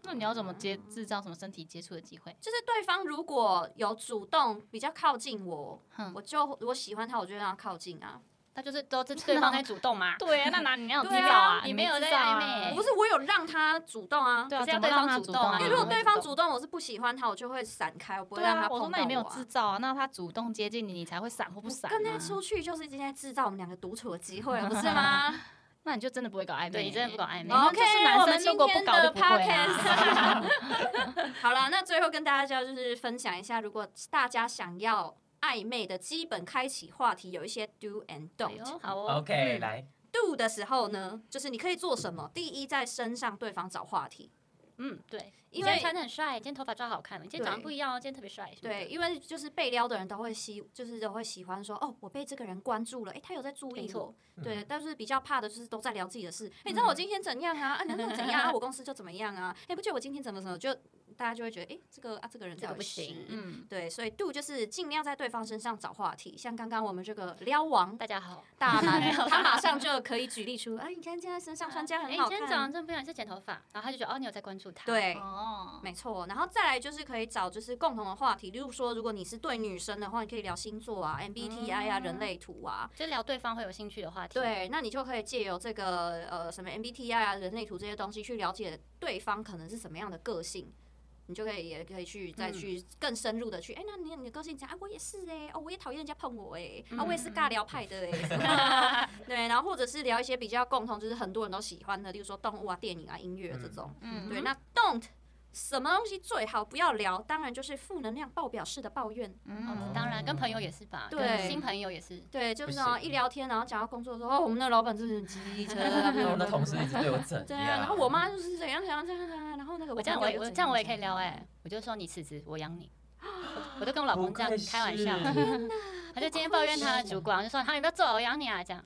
C: 那你要怎么接制造什么身体接触的机会？
D: 就是对方如果有主动比较靠近我，
C: 嗯
D: 我就我喜欢他，我就让他靠近啊。
A: 他就是都是对方在主动嘛，
C: 对啊，那哪你要有
D: (laughs) 对啊
C: 制造啊？
A: 你
C: 你
A: 没有
C: 制
A: 在
C: 造
A: 暧
C: 啊
A: 昧欸
D: 不是我有让他主动啊，
C: 对啊，
A: 可是要
C: 怎么让
A: 对方
C: 他
A: 主
C: 主
A: 动
C: 动
A: 啊
C: 啊？
D: 因为如果
A: 嗯
D: 对方主动，我是不喜欢他，我就会闪开，我不会
C: 对
D: 让
C: 啊
D: 他，
C: 我说
D: 碰到
C: 那你没有
D: 啊
C: 制造啊，那他主动接近你，你才会闪或不
D: 我
C: 闪、啊。
D: 跟他出去就是今天制造我们两个独处的机会了，不是吗
C: (laughs) 那你就真的不会搞暧昧、哦
A: 对你真的不搞暧昧
C: 那
D: 哦？OK，
C: 就是
D: 我
C: 男
D: 们
C: 生
D: 今
C: 如果不
D: 天
C: 搞就
D: 的
C: 不会啊。
D: podcast。好 (laughs) 了，那最后跟大家就是分享一下，如果大家想要暧昧的基本开启话题，有一些 do and
A: 哎
D: don't
A: 呦。好哦
B: OK，
D: 嗯
B: 来，
D: do 的时候呢，就是你可以做什么？第一，在身上对方找话题，
A: 嗯，对，你
D: 因
A: 今天
D: 为
A: 穿的很帅，今天头发抓好看了，你今天长得不一样哦，今天特别帅。
D: 对，，因为就是被撩的人都会喜，就是都会喜欢说，哦，我被这个人关注了，哎、他有在注
A: 没
D: 意
A: 错
D: 我。
B: 嗯
D: 对，但是比较怕的就是都在聊自己的事，哎、你
A: 嗯
D: 知道我今天怎样啊？啊，你知道我怎样
A: (laughs)
D: 啊？我公司就怎么样啊？哎、不觉得我今天怎么怎么？就大家就会觉得，哎、这个啊，这个人
A: 这个
D: 到底
A: 不
D: 是
A: 行
C: 嗯，
D: 对，所以 do 就是尽量在对方身上找话题，像刚刚我们这个撩王
A: 大家好，
D: 大
A: (laughs)
D: 男，他马上就可以举例出，哎、你看今天身上穿这样
A: 哎，
D: 很
A: 你
D: 好
A: 今天
D: 看，
A: 长得真不一样，你是剪头发，然后他就觉得哦，你有在关注他。，
D: 对，
C: 哦，
D: 没错，然后再来就是可以找就是共同的话题，例如说，如果你是对女生的话，你可以聊星座啊、MBTI 啊、
A: 嗯
D: 人类图啊。
A: 就聊对方会有兴趣的话题。，
D: 对，那你就可以借由这个呃什么 MBTI 啊、人类图这些东西去了解对方可能是什么样的个性，你就可以也可以去再
A: 嗯
D: 去更深入的去，哎、那你你的个性讲，哎、我也是哎、哦，我也讨厌人家碰我哎、啊，我也是尬聊派的哎、什么 (laughs) 对，然后或者是聊一些比较共同，就是很多人都喜欢的，例如说动物啊、电影啊、音乐这种。
C: 嗯
D: 对，那 don't 什么东西最好不要聊？当然就是负能量爆表式的抱怨。
A: 哦
C: 嗯，
A: 当然跟朋友也是吧，
D: 对
A: 跟新朋友也是。
D: 对，就是
B: 不
D: 那种
B: 行
D: 一聊天，然后讲到工作说，哦，我们的老板真的很机车啊，
B: 然后那同事一直对我怎
D: 对
B: 样？
D: 啊，然后我妈就是怎样怎样怎样怎样，然后那个
A: 我这样我也我这样我也可以聊哎、我就说你辞职，我养你。我我都跟
B: (laughs)
A: 我老公这样
B: 不愧是
A: 开玩
B: (laughs)
A: 笑，他就今天抱怨他的主管，就说他你不要走，我养你啊，这样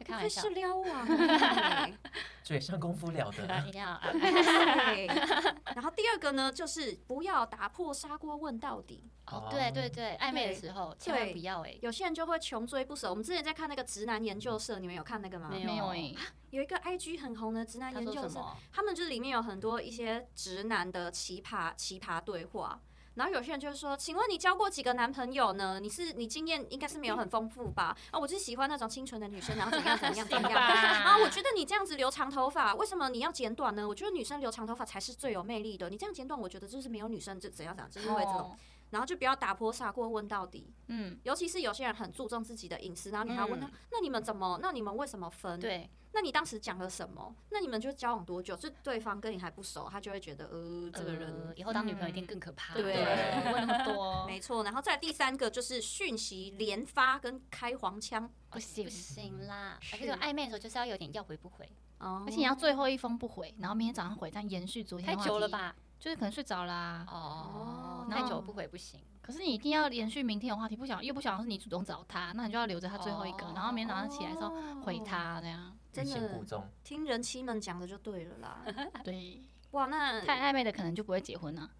A: 就开
D: 开
A: 玩笑
D: 是，撩
A: 啊
D: 网欸。
B: 嘴上功夫了
A: 对啊
B: 得
A: 一定要啊，
D: 对 (laughs) 然后第二个呢，就是不要打破砂锅问到底。
A: 哦对对对，暧昧的
D: 对
A: 时候千万不要哎、
D: 有些人就会穷追不舍。我们之前在看那个直男研究社，你们有看那个吗？
A: 没
C: 没有
A: 哎
C: 哎、、
D: 有一个 IG 很红的直男
A: 他
D: 研
A: 说
D: 究
A: 什
D: 社，
A: 么？
D: 他们就是里面有很多一些直男的奇葩奇葩对话。然后有些人就会说：“请问你交过几个男朋友呢？你是你经验应该是没有很丰富吧？啊，我就是喜欢那种清纯的女生，然后怎样怎样怎
C: (laughs)
D: 样啊！我觉得你这样子留长头发，为什么你要剪短呢？我觉得女生留长头发才是最有魅力的。你这样剪短，我觉得就是没有女生就怎样怎样，就是会这种。
C: 哦
D: 然后就不要打破砂锅问到底。
C: 嗯，
D: 尤其是有些人很注重自己的隐私，然后你还要问他：
A: 嗯
D: 那你们怎么？那你们为什么分？
A: 对，
D: 那你当时讲了什么？那你们就交往多久？就对方跟你还不熟，他就会觉得呃，这个人、
A: 呃以后当女朋友一定
C: 嗯
A: 更可怕。
C: 对，
B: 对
C: 问那么多，
D: (laughs) 没错，然后再第三个就是讯息连发跟开黄腔，
C: 不行
A: 不。行啦，而且
C: 是
A: 这种暧昧的时候就是要有点要回不回，
D: 哦
C: 而且你要 (laughs) 最后一封不回，然后明天早上回，这样延续昨天
A: 太
C: 的话
A: 久了
C: 题？
A: 吧？
C: 就是可能睡着啦、
A: 哦
D: 哦，
A: 太久
C: 那
A: 不回不行。
C: 可是你一定要连续明天有话题，不想又不想是你主动找他，那你就要留着他最后一个，
A: 哦
C: 然后明天早上起来的时候回
D: 哦
C: 他这样。
B: 欲
D: 真
B: 擒故 (laughs)
D: 的
B: 纵，
D: 听人妻们讲的就对了 (laughs) 啦。
C: 对，
D: 哇，那
C: 太暧昧的可能就不会结婚了，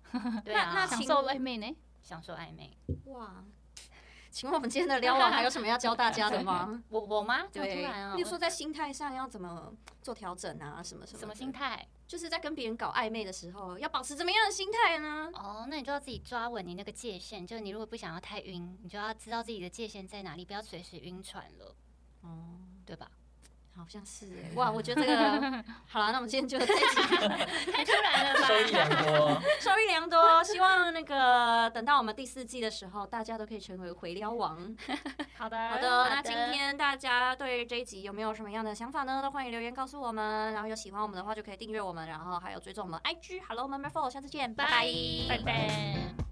A: 对啊，
D: 那
C: 享
D: 请
C: 受暧昧呢？
A: 享受暧昧。
D: 哇，请问我们今天的撩网还有什么要教大家的吗？
A: 我我吗？这么突
D: (laughs) 对
A: 然啊，，
D: 例如说
A: 我
D: 在心态上要怎么做调整啊，什么什么
A: 什么
D: 的
A: 心？态？
D: 就是在跟别人搞暧昧的时候，要保持怎么样的心态呢？
A: 哦，那你就要自己抓稳你那个界限，就是你如果不想要太晕，你就要知道自己的界限在哪里，不要随时晕船了，
D: 哦，
A: 对吧？
D: 好像是哎， (laughs) 哇，我觉得这个好了，那我们今天就这一集 (laughs)
A: 太突然
C: (laughs)
A: 了
B: 收益
A: 吧？
B: 良多。
D: 受益良多，希望那个等到我们第四季的时候，大家都可以成为回撩王。
A: 好的，
D: 好的，那今天大家对这一集有没有什么样的想法呢？都欢迎留言告诉我们。然后有喜欢我们的话，就可以订阅我们，然后还有追踪我们 IG。Hello，Member Four，下次见，拜拜
A: 拜拜。